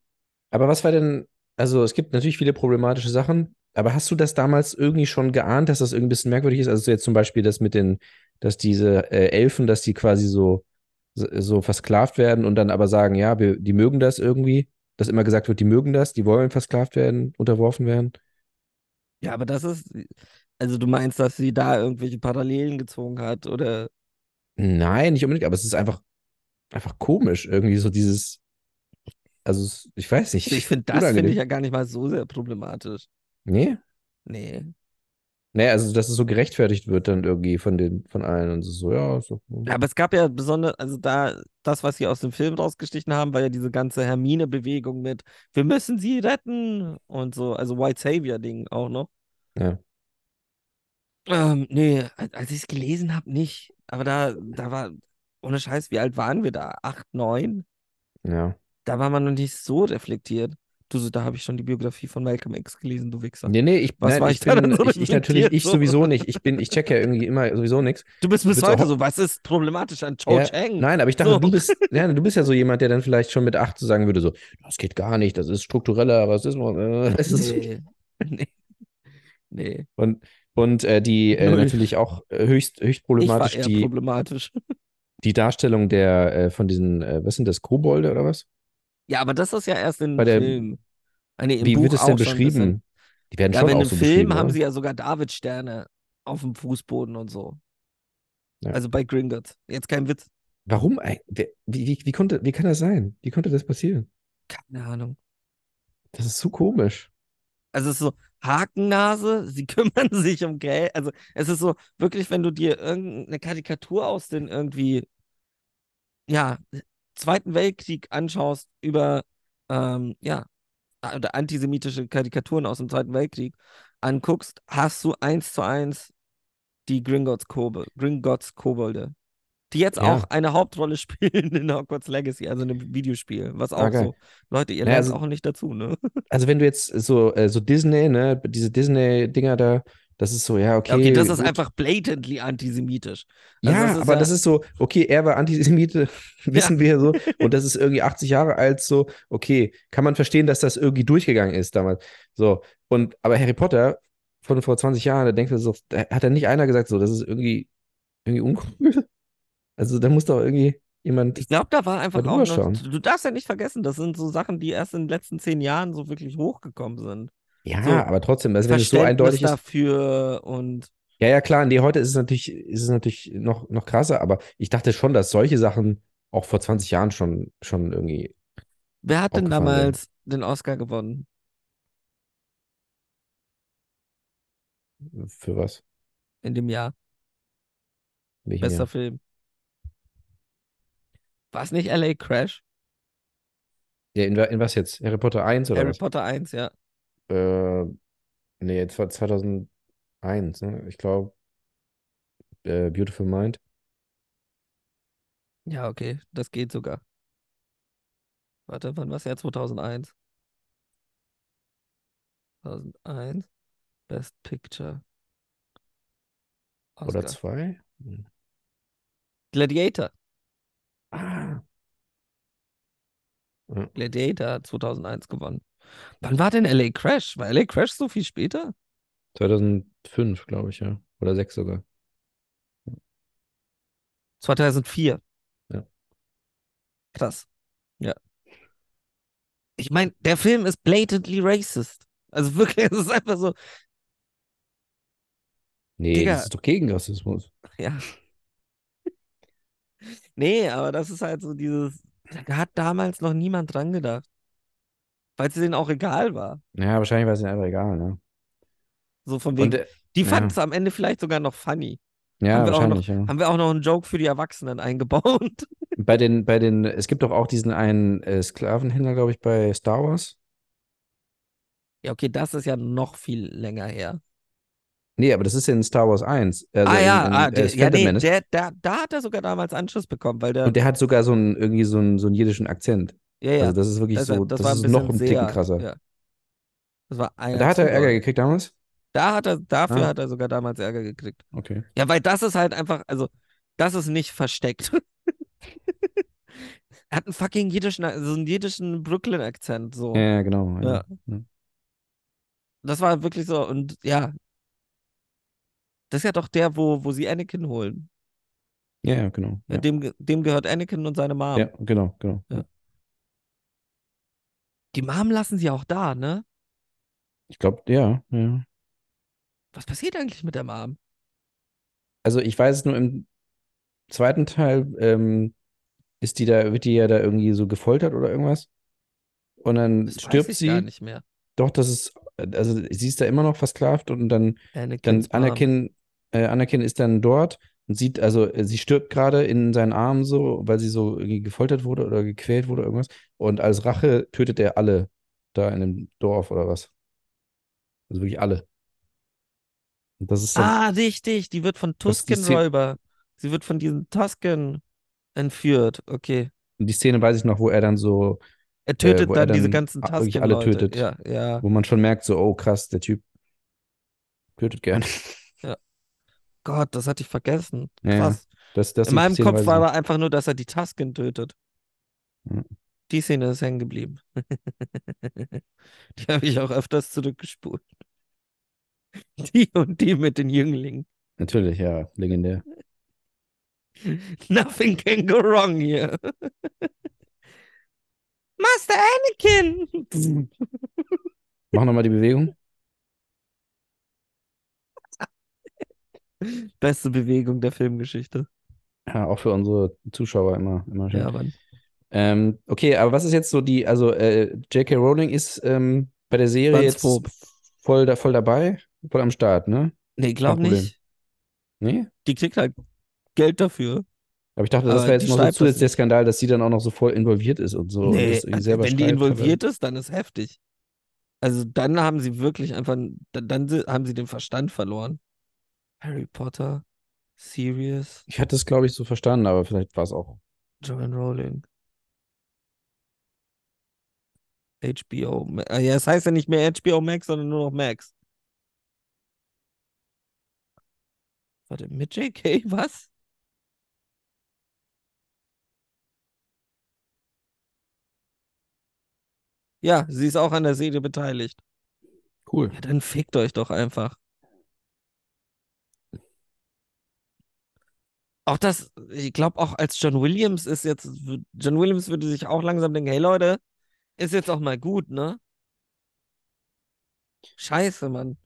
A: Aber was war denn, also es gibt natürlich viele problematische Sachen, aber hast du das damals irgendwie schon geahnt, dass das irgendwie ein bisschen merkwürdig ist? Also so jetzt zum Beispiel das mit den, dass diese äh, Elfen, dass die quasi so, so- so versklavt werden und dann aber sagen, ja, wir, die mögen das irgendwie, dass immer gesagt wird, die mögen das, die wollen versklavt werden, unterworfen werden.
B: Ja, aber das ist, also du meinst, dass sie da irgendwelche Parallelen gezogen hat oder
A: Nein, nicht unbedingt, aber es ist einfach, einfach komisch, irgendwie so dieses, also es- ich weiß nicht,
B: ich finde, das finde
A: unangenehm.
B: ich ja gar nicht mal so sehr problematisch.
A: Nee.
B: Nee.
A: Nee, also dass es so gerechtfertigt wird dann irgendwie von den, von allen und so, ja, so.
B: Ja, aber es gab ja besonders, also da, das, was sie aus dem Film rausgestrichen haben, war ja diese ganze Hermine-Bewegung mit, wir müssen sie retten und so, also White Savior-Ding auch noch.
A: Ja.
B: Ähm, nee, als, als ich es gelesen habe, nicht. Aber da, da war, ohne Scheiß, wie alt waren wir da? Acht, neun?
A: Ja.
B: Da war man noch nicht so reflektiert. Du, so, da habe ich schon die Biografie von Malcolm X gelesen, du Wichser.
A: Nee, nee, ich,
B: Was
A: nein,
B: war
A: ich
B: ich da
A: bin,
B: denn so
A: ich, ich natürlich,
B: reflektiert?
A: ich sowieso nicht. Ich bin, ich check ja irgendwie immer sowieso nichts.
B: Du bist bis
A: Willst du
B: heute
A: auch-
B: so, was ist problematisch an Cho
A: Ja,
B: Chang?
A: Nein, aber ich dachte,
B: Hm. So.
A: du bist, ja, du bist ja so jemand, der dann vielleicht schon mit acht so sagen würde, so, das geht gar nicht, das ist struktureller Rassismus. Äh, das ist,
B: Nee. [LAUGHS] Nee. Nee.
A: und und äh, die äh,
B: Null.
A: natürlich auch äh, höchst, höchst
B: Ich war
A: problematisch,
B: eher
A: die,
B: problematisch.
A: die Darstellung der äh, von diesen, äh, was sind das, Kobolde oder was?
B: Ja, aber das ist ja erst in
A: Bei der-
B: Film. Ah, nee, im
A: Wie
B: Buch
A: wird es
B: auch
A: denn
B: schon ein bisschen.
A: beschrieben? Die werden
B: Ja,
A: schon
B: aber in
A: auch
B: dem
A: so
B: Film
A: beschrieben,
B: haben
A: oder?
B: sie ja sogar Davidsterne auf dem Fußboden und so.
A: Ja.
B: Also bei Gringotts. Jetzt kein Witz.
A: Warum eigentlich? Wer- Wie, wie, wie, konnte, wie kann das sein? Wie konnte das passieren?
B: Keine Ahnung.
A: Das ist so komisch.
B: Also es ist so Hakennase, sie [LAUGHS] kümmern sich um Geld. Also es ist so wirklich, wenn du dir irgendeine Karikatur aus den irgendwie, ja, Zweiten Weltkrieg anschaust über, ähm, ja, a- oder antisemitische Karikaturen aus dem Zweiten Weltkrieg anguckst, hast du eins zu eins die Gringotts Kobolde, Gringotts Kobolde, die jetzt
A: Ja.
B: auch eine Hauptrolle [LAUGHS] spielen in Hogwarts Legacy, also in einem Videospiel, was auch
A: Ah, geil.
B: so. Leute, ihr
A: Naja,
B: lernt
A: also-
B: auch nicht dazu, ne?
A: Also wenn du jetzt so, äh, so Disney, ne, diese Disney-Dinger da, das ist so, ja, okay.
B: Ja, Okay, das ist
A: gut.
B: einfach blatantly antisemitisch. also
A: Ja,
B: das ist
A: aber
B: ja-
A: das ist so, okay, er war Antisemite, [LAUGHS] wissen wir so, und das ist irgendwie 80 Jahre alt, so, okay, kann man verstehen, dass das irgendwie durchgegangen ist damals. So, und, aber Harry Potter von vor 20 Jahren, da denkt er so, da hat er nicht einer gesagt, so, das ist irgendwie, irgendwie uncool. Also da muss doch irgendwie jemand,
B: Ich glaube, da war einfach
A: Mal
B: auch noch,
A: drüber
B: du darfst ja nicht vergessen, das sind so Sachen, die erst in den letzten zehn Jahren so wirklich hochgekommen sind.
A: ja,
B: so,
A: aber trotzdem, also wenn es so
B: Verständnis
A: eindeutig ist,
B: dafür und
A: Ja, ja, klar. Nee, heute ist es natürlich, ist es natürlich noch, noch krasser, aber ich dachte schon, dass solche Sachen auch vor 20 Jahren schon, schon irgendwie.
B: wer hat denn
A: Aufgefallen sind.
B: damals den Oscar gewonnen?
A: Für was?
B: In dem Jahr.
A: Welchen
B: Bester
A: Jahr?
B: Film. War es nicht LA Crash?
A: Ja, in, wa- in was jetzt? Harry Potter 1 oder
B: Harry
A: was?
B: Potter 1, ja.
A: Äh, nee, jetzt war 2001, ne? Ich glaube, äh, Beautiful Mind.
B: Ja, okay, das geht sogar. Warte, wann war es ja 2001? 2001, Best Picture.
A: Oder
B: Oscar.
A: zwei?
B: Gladiator.
A: Ah. Ja.
B: Gladiator hat 2001 gewonnen. Wann war denn LA Crash? War LA Crash so viel später?
A: 2005, glaube ich, ja. Oder 6 sogar.
B: 2004.
A: Ja.
B: Krass. Ja. Ich meine, der Film ist blatantly racist. Also wirklich, [LAUGHS] es ist einfach so,
A: Nee,
B: Digga.
A: das ist doch gegen Rassismus.
B: Ja. Nee, aber das ist halt so dieses, da hat damals noch niemand dran gedacht. Weil es denen auch egal war.
A: Ja, wahrscheinlich war es ihnen einfach egal, ne?
B: So von
A: Und,
B: wegen,
A: äh,
B: die
A: ja. Mhm.
B: fanden es am Ende vielleicht sogar noch funny.
A: ja,
B: haben wir auch noch-
A: wahrscheinlich, ja.
B: Haben wir auch noch einen Joke für die Erwachsenen eingebaut? [LAUGHS]
A: Bei den, bei den, es gibt doch auch diesen einen äh, Sklavenhändler, glaube ich, bei Star Wars.
B: Ja, okay, das ist ja noch viel länger her.
A: Nee, aber das ist in Star Wars 1. Also
B: Ah
A: in,
B: ja,
A: in,
B: ah,
A: äh,
B: der,
A: das
B: ja,
A: Phantom
B: nee,
A: Menace.
B: der, da, da hat er sogar damals Anschluss bekommen, weil der,
A: Und der hat sogar so einen, irgendwie so einen, so einen jiddischen Akzent.
B: ja, ja,
A: Also das ist wirklich
B: das,
A: so,
B: das
A: das,
B: war ein
A: ist noch
B: bisschen
A: einen Ticken
B: sehr,
A: krasser.
B: ja. Das war einer
A: Da hat er
B: zu
A: Ärger
B: doll.
A: gekriegt damals.
B: Da hat er, dafür
A: Ah.
B: hat er sogar damals Ärger gekriegt.
A: Okay.
B: Ja, weil das ist halt einfach, also, das ist
A: [LAUGHS]
B: nicht versteckt. Er hat einen fucking jiddischen, also so einen jiddischen Brooklyn-Akzent, so.
A: Ja, ja, genau. Ja.
B: Das war wirklich so, und ja. Das ist ja doch der, wo, wo sie Anakin holen.
A: Ja, ja, genau.
B: Ja,
A: Ja,
B: Dem, ge- dem gehört Anakin und seine Mom.
A: ja genau, genau.
B: Ja. Die Mom lassen sie auch da, ne?
A: Ich glaube, ja, ja.
B: Was passiert eigentlich mit der Mom?
A: Also ich weiß nur, im zweiten Teil ähm, ist die da, wird die ja da irgendwie so gefoltert oder irgendwas. Und dann
B: Das
A: stirbt
B: weiß ich
A: sie.
B: gar nicht mehr.
A: Doch, das ist, also sie ist da immer noch versklavt und dann, dann
B: Anakin's Mom.
A: Anakin, äh, Anakin ist dann dort und sieht, also äh, sie stirbt gerade in seinen Armen so, weil sie so irgendwie gefoltert wurde oder gequält wurde, irgendwas. Und als Rache tötet er alle da in dem Dorf oder was. Also wirklich alle. Und das ist dann,
B: Ah, richtig, die wird von
A: Das ist die
B: Tusken
A: Szene-
B: Räuber. Sie wird von diesen Tusken entführt. Okay.
A: die Szene weiß ich noch, wo er dann so,
B: Er tötet
A: Äh, wo er
B: dann diese
A: dann
B: ganzen
A: a- wirklich alle
B: Tusken-Leute.
A: tötet.
B: Ja, ja.
A: wo man schon merkt, so, oh krass, der Typ tötet gern.
B: Gott, das hatte ich vergessen.
A: Ja, ja.
B: Krass.
A: Das, das
B: In
A: die
B: meinem
A: Szene weiß
B: Kopf
A: ich
B: war
A: noch.
B: da einfach nur, dass er die Tusken tötet.
A: Ja.
B: Die Szene ist hängen geblieben. [LAUGHS] Die habe ich auch öfters zurückgespult. [LAUGHS] Die und die mit den Jünglingen.
A: Natürlich, ja, legendär.
B: Nothing can go wrong here. [LAUGHS] Master Anakin! [LAUGHS]
A: Mach nochmal die Bewegung.
B: Beste Bewegung der Filmgeschichte.
A: Ja, auch für unsere Zuschauer immer, immer schön.
B: Ja, Mann.
A: Ähm, okay, aber was ist jetzt so die, also äh, J.K. Rowling ist ähm, bei der Serie
B: Ganz
A: jetzt
B: grob.
A: voll, da, voll dabei, voll am Start, ne?
B: Nee, glaub
A: Kein Problem.
B: nicht.
A: Nee?
B: Die kriegt halt Geld dafür.
A: Aber ich dachte, das
B: Aber
A: wäre jetzt
B: Äh, die
A: noch so
B: schreibt das
A: zusätzlich der
B: nicht.
A: Skandal, dass sie dann auch noch so voll involviert ist und so. und
B: Nee,
A: das irgendwie
B: also
A: selber
B: wenn die
A: schreibt, aber-
B: involviert ist, dann ist heftig. Also dann haben sie wirklich einfach, dann, dann si- haben sie den Verstand verloren. Harry Potter, Sirius,
A: Ich hatte es, glaube ich, so verstanden, aber vielleicht war es auch.
B: Joan Rowling. HBO. Ma- Ah, ja, es heißt ja nicht mehr HBO Max, sondern nur noch Max. Warte, mit JK, [LAUGHS] was? Ja, sie ist auch an der Serie beteiligt.
A: Cool.
B: Ja, dann fickt euch doch einfach. Auch das, ich glaube auch als John Williams ist jetzt, John Williams würde sich auch langsam denken, hey Leute, ist jetzt auch mal gut, ne? Scheiße, Mann.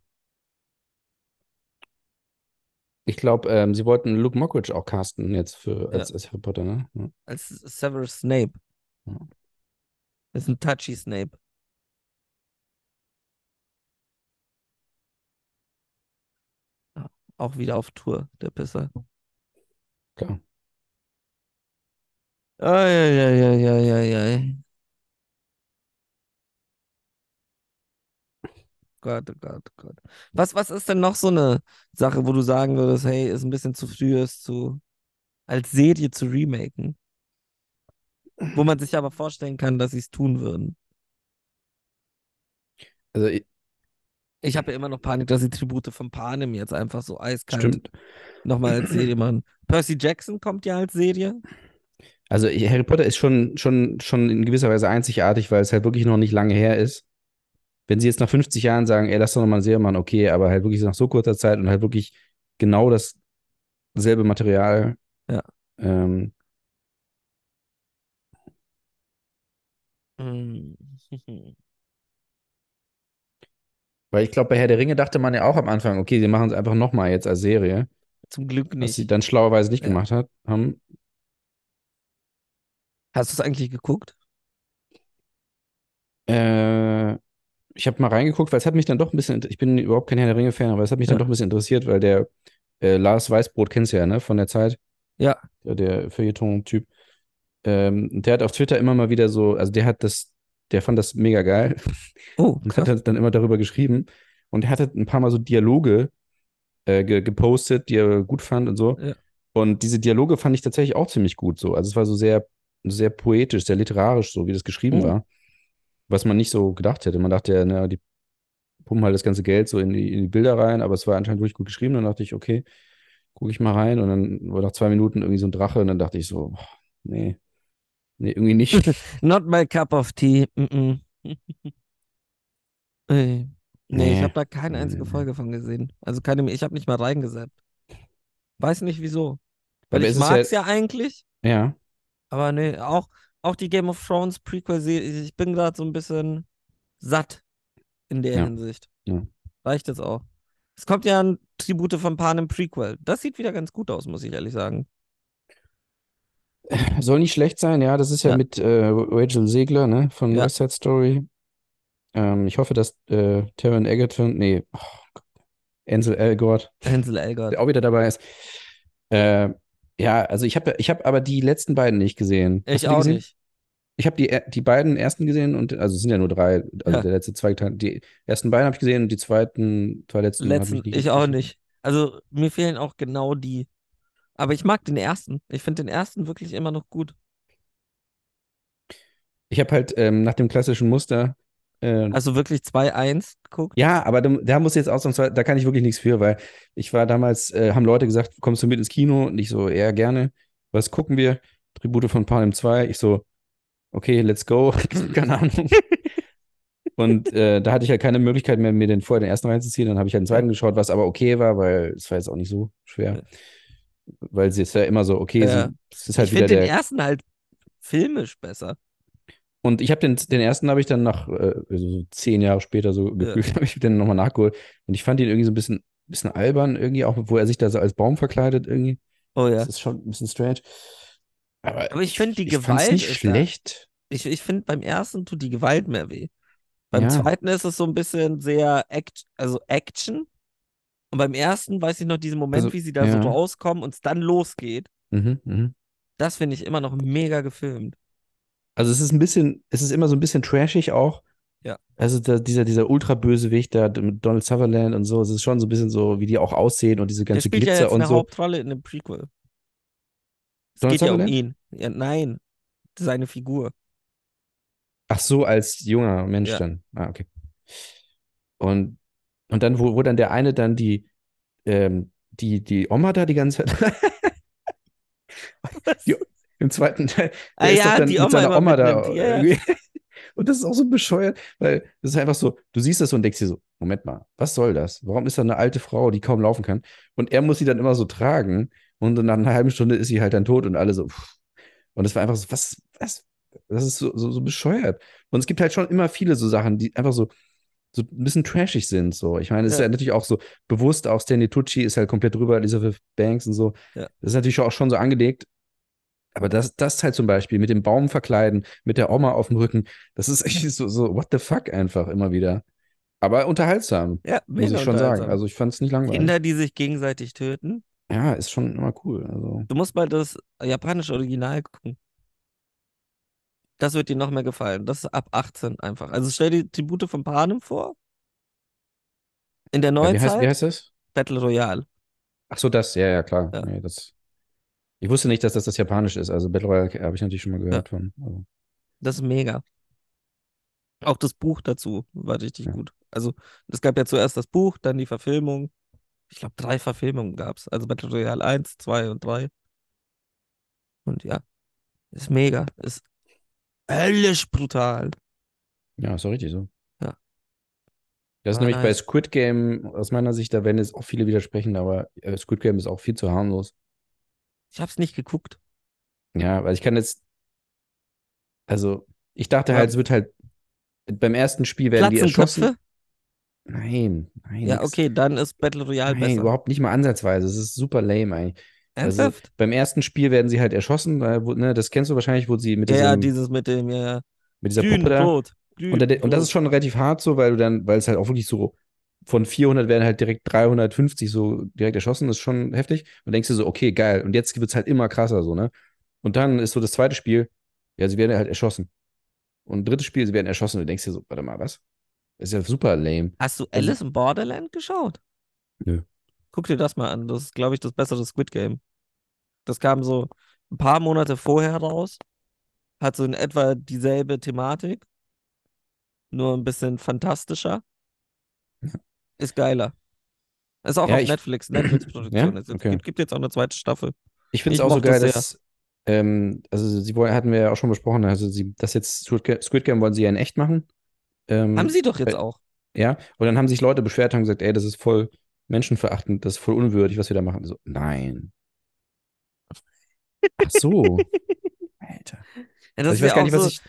A: Ich glaube, ähm, sie wollten Luke Mockridge auch casten jetzt für als, als Harry Potter, ne? Ja.
B: Als Severus Snape.
A: Ja.
B: Ist ein touchy Snape. Ja, Auch wieder auf Tour, der Pisser.
A: Klar.
B: Eieieiei. Gott, oh Gott, oh Gott. Was, was ist denn noch so eine Sache, wo du sagen würdest, hey, ist ein bisschen zu früh, es zu als Serie zu remaken? Wo man sich aber vorstellen kann, dass sie es tun würden.
A: Also i-
B: Ich habe ja immer noch Panik, dass sie Tribute von Panem jetzt einfach so eiskalt
A: stimmt.
B: nochmal als Serie machen. Percy Jackson kommt ja als Serie.
A: Also ich- Harry Potter ist schon, schon, schon in gewisser Weise einzigartig, weil es halt wirklich noch nicht lange her ist. Wenn sie jetzt nach 50 Jahren sagen, ey, lass doch nochmal eine Serie machen, okay, aber halt wirklich nach so kurzer Zeit und halt wirklich genau dasselbe Material.
B: Ja.
A: Ähm, Hm.
B: Mm.
A: weil ich glaube, bei Herr der Ringe dachte man ja auch am Anfang, okay, sie machen es einfach nochmal jetzt als Serie,
B: Zum Glück
A: was sie
B: nicht.
A: dann schlauerweise nicht
B: Ja.
A: gemacht hat, haben.
B: Hast du es eigentlich geguckt?
A: Äh, ich habe mal reingeguckt, weil es hat mich dann doch ein bisschen, inter- ich bin überhaupt kein Herr der Ringe-Fan, aber es hat mich dann
B: Ja.
A: doch ein bisschen interessiert, weil der äh, Lars Weißbrot kennst du ja, ne, von der Zeit.
B: Ja.
A: Der, der Feuilleton-Typ. Ähm, und der hat auf Twitter immer mal wieder so, also der hat das, der fand das mega geil
B: Oh,
A: und
B: krass.
A: hat halt dann immer darüber geschrieben und er hatte ein paar Mal so Dialoge äh, ge gepostet, die er gut fand und so.
B: Ja.
A: Und diese Dialoge fand ich tatsächlich auch ziemlich gut so. Also es war so sehr, sehr poetisch, sehr literarisch, so wie das geschrieben
B: Oh.
A: war. Was man nicht so gedacht hätte. Man dachte ja, na, die pumpen halt das ganze Geld so in die, in die Bilder rein, aber es war anscheinend wirklich gut geschrieben. Dann dachte ich, okay, gucke ich mal rein. Und dann war nach zwei Minuten irgendwie so ein Drache und dann dachte ich so, boah, nee, nee, irgendwie
B: [LAUGHS]
A: nicht.
B: Not my cup of tea.
A: [LAUGHS]
B: Mm -mm. Ey. Nee, ich
A: Nee.
B: habe da keine
A: Nee,
B: einzige
A: nee, nee.
B: Folge von gesehen. Also keine, mehr- ich habe nicht mal reingesappt. Weiß nicht wieso. Weil
A: Aber
B: ich
A: es ist ja-
B: mag es ja eigentlich.
A: ja,
B: Aber nee, auch, auch die Game of Thrones Prequel-Serie, ich bin gerade so ein bisschen satt in der
A: Ja.
B: Hinsicht.
A: Ja.
B: Reicht jetzt auch. Es kommt ja ein Tribute von Pan im Prequel. Das sieht wieder ganz gut aus, muss ich ehrlich sagen.
A: Soll nicht schlecht sein, ja. Das ist ja,
B: Ja.
A: mit äh, Rachel Segler, ne, von
B: Ja.
A: West Side Story. Ähm, ich hoffe, dass äh, Taron Egerton, nee, oh Gott, Ansel Elgort,
B: Hansel Elgort.
A: der auch wieder dabei ist. Äh, ja, also ich habe ich hab aber die letzten beiden nicht gesehen. Hast
B: Ich
A: du die
B: auch
A: gesehen?
B: nicht.
A: Ich habe die, äh, die beiden ersten gesehen und, also es sind ja nur drei, also
B: Ja.
A: der letzte zwei geteilt. Die ersten beiden habe ich gesehen und die zweiten, zwei letzten habe
B: Letzten,
A: ich nicht
B: ich auch
A: gesehen.
B: nicht. Also mir fehlen auch genau die. Aber ich mag den ersten. Ich finde den ersten wirklich immer noch gut.
A: Ich habe halt ähm, nach dem klassischen Muster, äh,
B: Also wirklich 2-1 geguckt.
A: Ja, aber da, da muss jetzt ausnahmsweise, da kann ich wirklich nichts für, weil ich war damals, äh, haben Leute gesagt, kommst du mit ins Kino? Und ich so, ja, gerne. Was gucken wir? Tribute von Panem 2. Ich so, okay, let's go. [LAUGHS] Keine
B: [LAUGHS]
A: Ahnung. Und äh, da hatte ich halt keine Möglichkeit mehr, mir den vorher den ersten reinzuziehen. Dann habe ich halt den zweiten geschaut, was aber okay war, weil es war jetzt auch nicht so schwer.
B: Ja.
A: Weil es jetzt ja immer so, okay,
B: Ja.
A: sie- es ist halt
B: ich
A: wieder
B: finde den
A: der.
B: ersten halt filmisch besser.
A: Und ich habe den, den ersten habe ich dann nach äh, also so zehn Jahre später so gefühlt, [LAUGHS] habe ich den nochmal nachgeholt. Und ich fand ihn irgendwie so ein bisschen, bisschen albern, irgendwie, auch wo er sich da so als Baum verkleidet, irgendwie.
B: Oh ja.
A: Das ist schon ein bisschen strange. Aber,
B: Aber ich find, die
A: fand's
B: Gewalt
A: nicht
B: ist da.
A: schlecht.
B: Ich, ich finde, beim ersten tut die Gewalt mehr weh. Beim
A: Ja.
B: zweiten ist es so ein bisschen sehr act, also Action. Und beim ersten weiß ich noch diesen Moment,
A: Also,
B: wie sie da so
A: ja.
B: rauskommen und es dann losgeht.
A: Mhm, mhm.
B: Das finde ich immer noch mega gefilmt.
A: Also es ist ein bisschen, es ist immer so ein bisschen trashig auch.
B: Ja.
A: Also da, dieser, dieser Ultrabösewicht da mit Donald Sutherland und so, es ist schon so ein bisschen so, wie die auch aussehen und diese
B: Der
A: ganze
B: spielt ja
A: Glitzer
B: jetzt
A: und
B: eine
A: so.
B: Hauptrolle in dem Prequel. Es
A: Donald
B: geht ja um
A: Sutherland?
B: ihn. Ja, nein,
A: [LAUGHS]
B: seine Figur.
A: Ach so, als junger Mensch
B: Ja.
A: dann. Ah, okay. Und, und dann, wo, wo dann der eine dann die, ähm, die, die Oma da die ganze Zeit. [LAUGHS] Die, Im zweiten Teil, der
B: Ah
A: ist doch
B: ja,
A: dann
B: die
A: mit
B: Oma
A: seiner
B: immer
A: Oma da.
B: mitnimmt, ja, ja.
A: irgendwie. [LAUGHS] Und das ist auch so bescheuert, weil das ist einfach so, du siehst das und denkst dir so, Moment mal, was soll das? Warum ist da eine alte Frau, die kaum laufen kann? Und er muss sie dann immer so tragen und dann nach einer halben Stunde ist sie halt dann tot und alle so, pff. Und das war einfach so, was, was? Das ist so, so, so bescheuert. Und es gibt halt schon immer viele so Sachen, die einfach so, so ein bisschen trashig sind. So. Ich meine, es ist
B: Ja.
A: ja natürlich auch so bewusst, auch Stanley Tucci ist halt komplett drüber, Elizabeth Banks und so.
B: Ja.
A: Das ist natürlich auch schon so angelegt. Aber das, das halt zum Beispiel mit dem Baum verkleiden, mit der Oma auf dem Rücken, das ist echt so, so what the fuck einfach immer wieder. Aber unterhaltsam,
B: Ja, genau
A: muss
B: mega
A: ich schon sagen.
B: unterhaltsam.
A: Also ich fand es nicht langweilig.
B: Kinder, die sich gegenseitig töten.
A: Ja, ist schon immer cool. Also.
B: Du musst mal das japanische Original gucken. Das wird dir noch mehr gefallen. Das ist ab 18 einfach. Also stell dir Tribute von Panem vor. In der
A: Ja, wie, heißt, wie
B: Neuzeit
A: heißt das?
B: Battle Royale.
A: Ach so, das, ja, ja, klar.
B: Ja.
A: Nee, das, ich wusste nicht, dass das das Japanisch ist. Also Battle Royale habe ich natürlich schon mal gehört von. Also,
B: Das ist mega. Auch das Buch dazu war richtig
A: Ja.
B: gut. Also es gab ja zuerst das Buch, dann die Verfilmung. Ich glaube, drei Verfilmungen gab es. Also Battle Royale 1, 2 und 3. Und ja, ist mega. Ist höllisch brutal.
A: ja, ist doch richtig so.
B: Ja.
A: Das ist
B: Ah,
A: nämlich bei
B: nice.
A: Squid Game, aus meiner Sicht, da werden jetzt auch viele widersprechen, aber äh, Squid Game ist auch viel zu harmlos.
B: Ich habe es nicht geguckt.
A: Ja, weil ich kann jetzt, also ich dachte
B: Ja.
A: halt, es wird halt beim ersten Spiel werden die
B: Platzen
A: erschossen.
B: Köpfe?
A: Nein, nein,
B: Ja,
A: nix.
B: okay, dann ist Battle Royale
A: Nein,
B: besser.
A: überhaupt nicht mal ansatzweise. Es ist super lame eigentlich. Also
B: Ernsthaft?
A: beim ersten Spiel werden sie halt erschossen, weil, wo- ne, das kennst du wahrscheinlich, wo sie mit
B: ja, ja,
A: diesem,
B: dieses mit dem ja, ja.
A: mit dieser
B: Grün,
A: Puppe da.
B: rot,
A: Und,
B: grün,
A: da, und das ist
B: rot.
A: schon relativ hart so, weil du dann, weil es halt auch wirklich so von 400 werden halt direkt 350 so direkt erschossen, das ist schon heftig. Und denkst du so, okay, geil. Und jetzt wird es halt immer krasser so, ne? Und dann ist so das zweite Spiel, ja, sie werden halt erschossen. Und drittes Spiel, sie werden erschossen. Und du denkst dir so, warte mal, was? Das ist ja super lame.
B: Hast du
A: Also-
B: Alice in Borderland geschaut?
A: Nö.
B: Guck dir das mal an. Das ist, glaube ich, das bessere Squid Game. Das kam so ein paar Monate vorher raus. Hat so in etwa dieselbe Thematik. Nur ein bisschen fantastischer. Ist geiler. Ist auch
A: Ja,
B: auf
A: ich-
B: Netflix, Netflix-Produktion.
A: Ja?
B: Es
A: Okay.
B: gibt, gibt jetzt auch eine zweite Staffel.
A: Ich finde es
B: Ich
A: auch so
B: mochte
A: geil,
B: es
A: dass, ähm, also sie wollen, hatten wir ja auch schon besprochen, also sie, das jetzt Squid Ga- Squid Game wollen sie ja in echt machen. Ähm,
B: Haben sie doch jetzt
A: äh,
B: auch.
A: Ja, und dann haben sich Leute beschwert und haben gesagt, ey, das ist voll menschenverachtend, das ist voll unwürdig, was wir da machen. Ich So, nein. Ach Also so. Alter.
B: Ja,
A: Also
B: das
A: ich
B: [LAUGHS] wär
A: weiß gar
B: auch
A: nicht,
B: so,
A: was ich.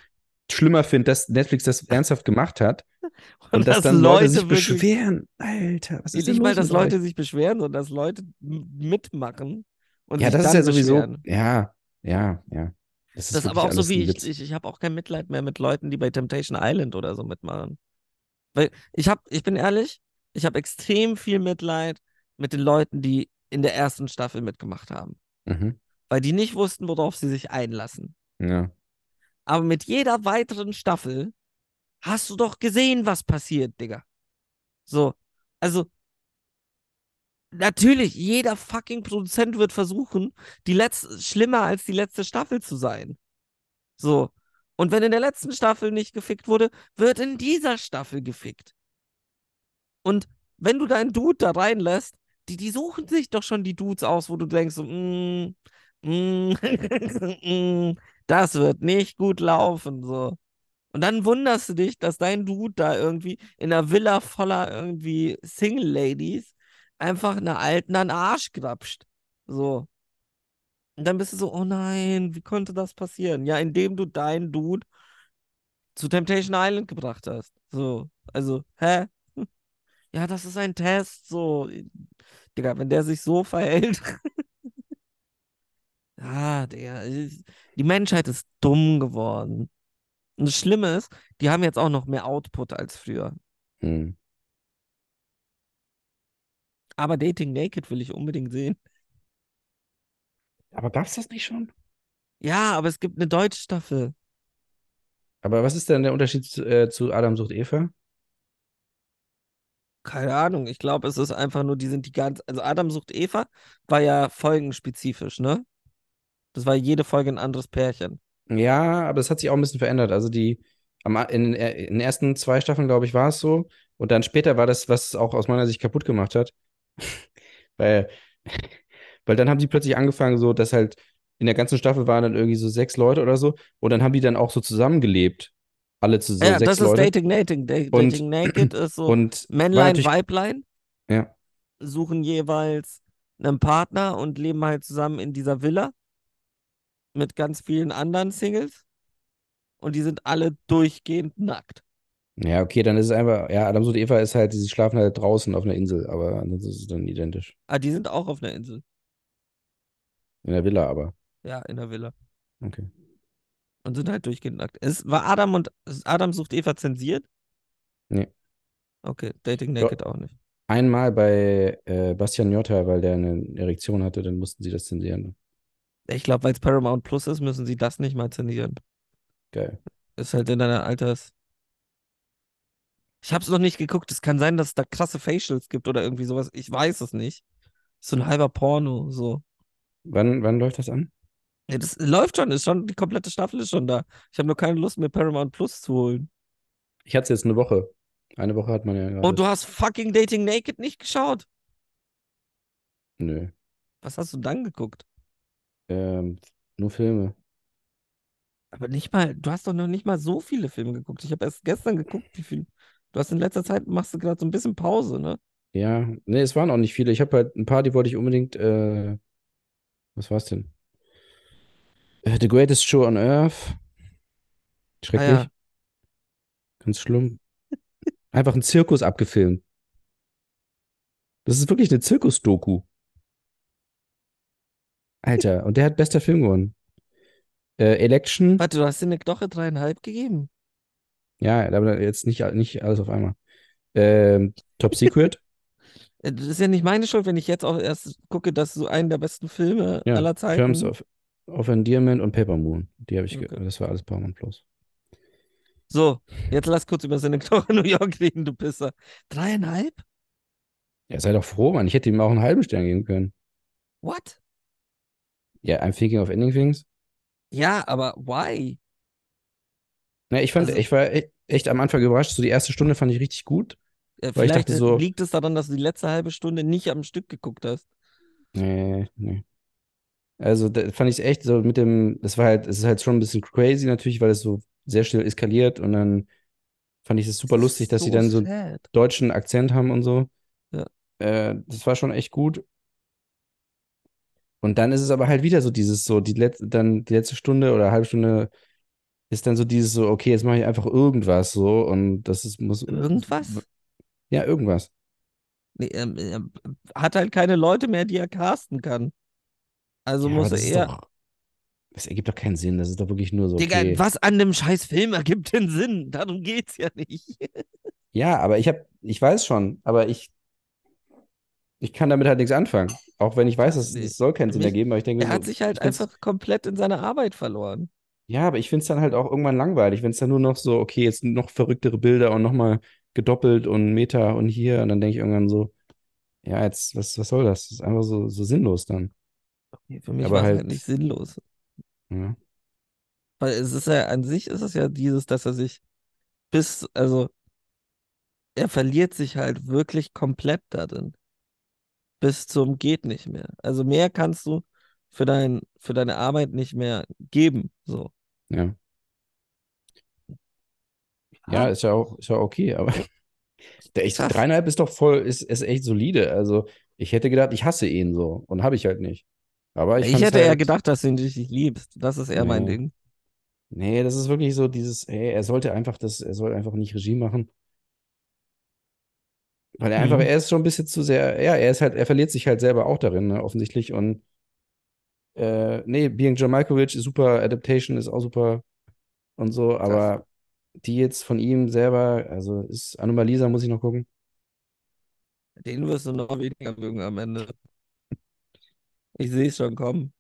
A: schlimmer finde, dass Netflix das ernsthaft gemacht hat
B: [LAUGHS]
A: und, dass
B: dass
A: dann Leute,
B: Leute
A: sich
B: wirklich-
A: beschweren. Alter, was ist denn
B: nicht mal,
A: los
B: dass
A: mit euch?
B: Leute sich beschweren, sondern dass Leute m- mitmachen und
A: Ja,
B: sich
A: das ist
B: dann
A: ja sowieso.
B: beschweren.
A: Ja, ja, ja. Das
B: Das ist aber
A: wirklich
B: auch so
A: alles ein
B: wie ich,
A: Witz.
B: ich, ich habe auch kein Mitleid mehr mit Leuten, die bei Temptation Island oder so mitmachen. Weil ich habe, ich bin ehrlich, ich habe extrem viel Mitleid mit den Leuten, die in der ersten Staffel mitgemacht haben,
A: Mhm.
B: weil die nicht wussten, worauf sie sich einlassen.
A: Ja.
B: Aber mit jeder weiteren Staffel hast du doch gesehen, was passiert, Digga. So, also natürlich, jeder fucking Produzent wird versuchen, die letzte, schlimmer als die letzte Staffel zu sein. So. Und wenn in der letzten Staffel nicht gefickt wurde, wird in dieser Staffel gefickt. Und wenn du deinen Dude da reinlässt, die, die suchen sich doch schon die Dudes aus, wo du denkst, so, mm, mm, [LAUGHS] mm, das wird nicht gut laufen, so. Und dann wunderst du dich, dass dein Dude da irgendwie in einer Villa voller irgendwie Single-Ladies einfach einer Alten an den Arsch grapscht. So. Und dann bist du so, oh nein, wie konnte das passieren? Ja, indem du deinen Dude zu Temptation Island gebracht hast. So. Also, hä? [LAUGHS] Hm. Ja, das ist ein Test, so. Digga, wenn der sich so verhält. [LAUGHS] ah, Digga. ich- die Menschheit ist dumm geworden. Und das Schlimme ist, die haben jetzt auch noch mehr Output als früher.
A: Hm.
B: Aber Dating Naked will ich unbedingt sehen.
A: Aber gab's das nicht schon?
B: Ja, aber es gibt eine deutsche Staffel.
A: Aber was ist denn der Unterschied zu, äh, zu Adam sucht Eva?
B: Keine Ahnung, ich glaube, es ist einfach nur, die sind die ganz. Also Adam sucht Eva war ja folgenspezifisch, ne? Das war jede Folge ein anderes Pärchen.
A: Ja, aber es hat sich auch ein bisschen verändert. Also die am, in, in den ersten zwei Staffeln, glaube ich, war es so. Und dann später war das, was es auch aus meiner Sicht kaputt gemacht hat. [LAUGHS] Weil, weil dann haben die plötzlich angefangen, so, dass halt in der ganzen Staffel waren dann irgendwie so sechs Leute oder so. Und dann haben die dann auch so zusammengelebt. Alle zusammen,
B: ja,
A: sechs
B: das ist
A: Leute.
B: Dating Dating. Da
A: Und-
B: Dating Naked
A: [CLEARS THROAT]
B: ist so
A: Und war
B: Männlein,
A: natürlich-
B: Weiblein
A: Ja.
B: suchen jeweils einen Partner und leben halt zusammen in dieser Villa mit ganz vielen anderen Singles. Und die sind alle durchgehend nackt.
A: Ja, okay, dann ist es einfach, ja, Adam und Eva ist halt, sie schlafen halt draußen auf einer Insel, aber ansonsten ist es dann identisch.
B: Ah, die sind auch auf einer Insel.
A: In der Villa aber.
B: Ja, in der Villa.
A: Okay.
B: Und sind halt durchgehend nackt. Es war Adam und Adam sucht Eva zensiert?
A: Nee.
B: Okay, Dating Naked auch nicht.
A: Einmal bei äh, Bastian Jotta, weil der eine Erektion hatte, dann mussten sie das zensieren.
B: Ich glaube, weil es Paramount Plus ist, müssen sie das nicht mal zensieren.
A: Geil.
B: Ist halt in deiner Alters. Ich hab's noch nicht geguckt. Es kann sein, dass es da krasse Facials gibt oder irgendwie sowas. Ich weiß es nicht. Ist so ein halber Porno, so.
A: Wann, wann läuft das an?
B: Ja, das läuft schon, ist schon, die komplette Staffel ist schon da. Ich habe nur keine Lust, mir Paramount Plus zu holen.
A: Ich hatte es jetzt eine Woche. Eine Woche hat man ja gerade.
B: Und Oh, du hast fucking Dating Naked nicht geschaut.
A: Nö.
B: Was hast du dann geguckt?
A: Ähm, nur Filme.
B: Aber nicht mal, du hast doch noch nicht mal so viele Filme geguckt. Ich habe erst gestern geguckt, wie viel. Du hast in letzter Zeit, machst du gerade so ein bisschen Pause, ne?
A: Ja, nee, es waren auch nicht viele. Ich habe halt ein paar, die wollte ich unbedingt. Äh, was war's denn? Äh, The Greatest Show on Earth. Schrecklich.
B: ja.
A: Ganz schlimm. Einfach ein Zirkus abgefilmt. Das ist wirklich eine Zirkus-Doku. Alter, und der hat bester Film gewonnen. Äh, Election.
B: Warte, du hast dir doch dreieinhalb gegeben.
A: Ja, aber jetzt nicht, nicht alles auf einmal. Ähm, Top Secret.
B: Äh, Das ist ja nicht meine Schuld, wenn ich jetzt auch erst gucke, dass so einen der besten Filme
A: Ja,
B: aller Zeiten.
A: Terms of, of Endearment und Paper Moon. Die habe ich, ge-
B: Okay.
A: das war alles Paramount Plus.
B: So, jetzt lass kurz über Sinne [LAUGHS] New York reden, du Pisser. Dreieinhalb?
A: Ja, sei doch froh, Mann. Ich hätte ihm auch einen halben Stern geben können.
B: What?
A: Ja, I'm thinking of ending things.
B: Ja, aber why? Äh,
A: Na, Ne, ich fand,
B: Also-
A: ich war e- echt am Anfang überrascht. So die erste Stunde fand ich richtig gut.
B: Äh,
A: Weil ich
B: Vielleicht
A: dachte so-
B: liegt es daran, dass du die letzte halbe Stunde nicht am Stück geguckt hast.
A: Nee, nee. Also, da fand ich es echt so mit dem, es war halt, es ist halt schon ein bisschen crazy natürlich, weil es so sehr schnell eskaliert und dann fand ich es super lustig, dass sie dann so einen
B: sad.
A: deutschen Akzent haben und so.
B: Ja.
A: Äh, das war schon echt gut. Und dann ist es aber halt wieder so dieses, so die letzte, dann die letzte Stunde oder halbe Stunde ist dann so dieses so, okay, jetzt mache ich einfach irgendwas so und das ist, muss.
B: Irgendwas?
A: Ja, irgendwas.
B: Nee, ähm, er hat halt keine Leute mehr, die er casten kann. Also
A: Ja, aber
B: muss
A: das ist
B: er.
A: doch, das ergibt doch keinen Sinn. Das ist doch wirklich nur so,
B: Digga,
A: okay.
B: was an dem scheiß Film ergibt denn Sinn? Darum geht's ja nicht.
A: Ja, aber ich habe, ich weiß schon, aber ich, ich kann damit halt nichts anfangen. Auch wenn ich weiß, dass
B: Nee.
A: es soll keinen
B: Für
A: Sinn
B: mich-
A: ergeben, aber ich denke mir
B: Er
A: so,
B: hat sich halt
A: ich find's-
B: einfach komplett in seiner Arbeit verloren.
A: Ja, aber ich finde es dann halt auch irgendwann langweilig, wenn es dann nur noch so, okay, jetzt noch verrücktere Bilder und nochmal gedoppelt und Meta und hier. Und dann denke ich irgendwann so, ja, jetzt, was, was soll das? Das ist einfach so, so sinnlos dann.
B: Für mich
A: Aber
B: war es halt
A: halt-
B: nicht sinnlos.
A: Ja.
B: Weil es ist ja an sich ist es ja dieses, dass er sich bis, also er verliert sich halt wirklich komplett darin. Bis zum geht nicht mehr. Also mehr kannst du für dein, für deine Arbeit nicht mehr geben. So.
A: Ja. Ja, ist ja auch, ist ja okay, aber [LAUGHS] der ich,
B: Krass.
A: dreieinhalb ist doch voll, ist, ist echt solide. Also ich hätte gedacht, ich hasse ihn so und habe ich halt nicht. Aber ich
B: Ich,
A: fand's
B: hätte eher
A: halt,
B: gedacht, dass du ihn richtig liebst. Das ist eher mein
A: Nee.
B: Ding.
A: nee, das ist wirklich so dieses, ey, er sollte einfach das, er soll einfach nicht Regie machen. Weil er einfach,
B: Mhm.
A: er ist schon ein bisschen zu sehr, ja, er ist halt, er verliert sich halt selber auch darin, ne, offensichtlich. Und äh, nee, Being John Malkovich ist super, Adaptation ist auch super und so, aber die jetzt von ihm selber, also ist Anomalisa, muss ich noch gucken.
B: Den wirst du noch weniger mögen am Ende. Ich sehe es schon kommen.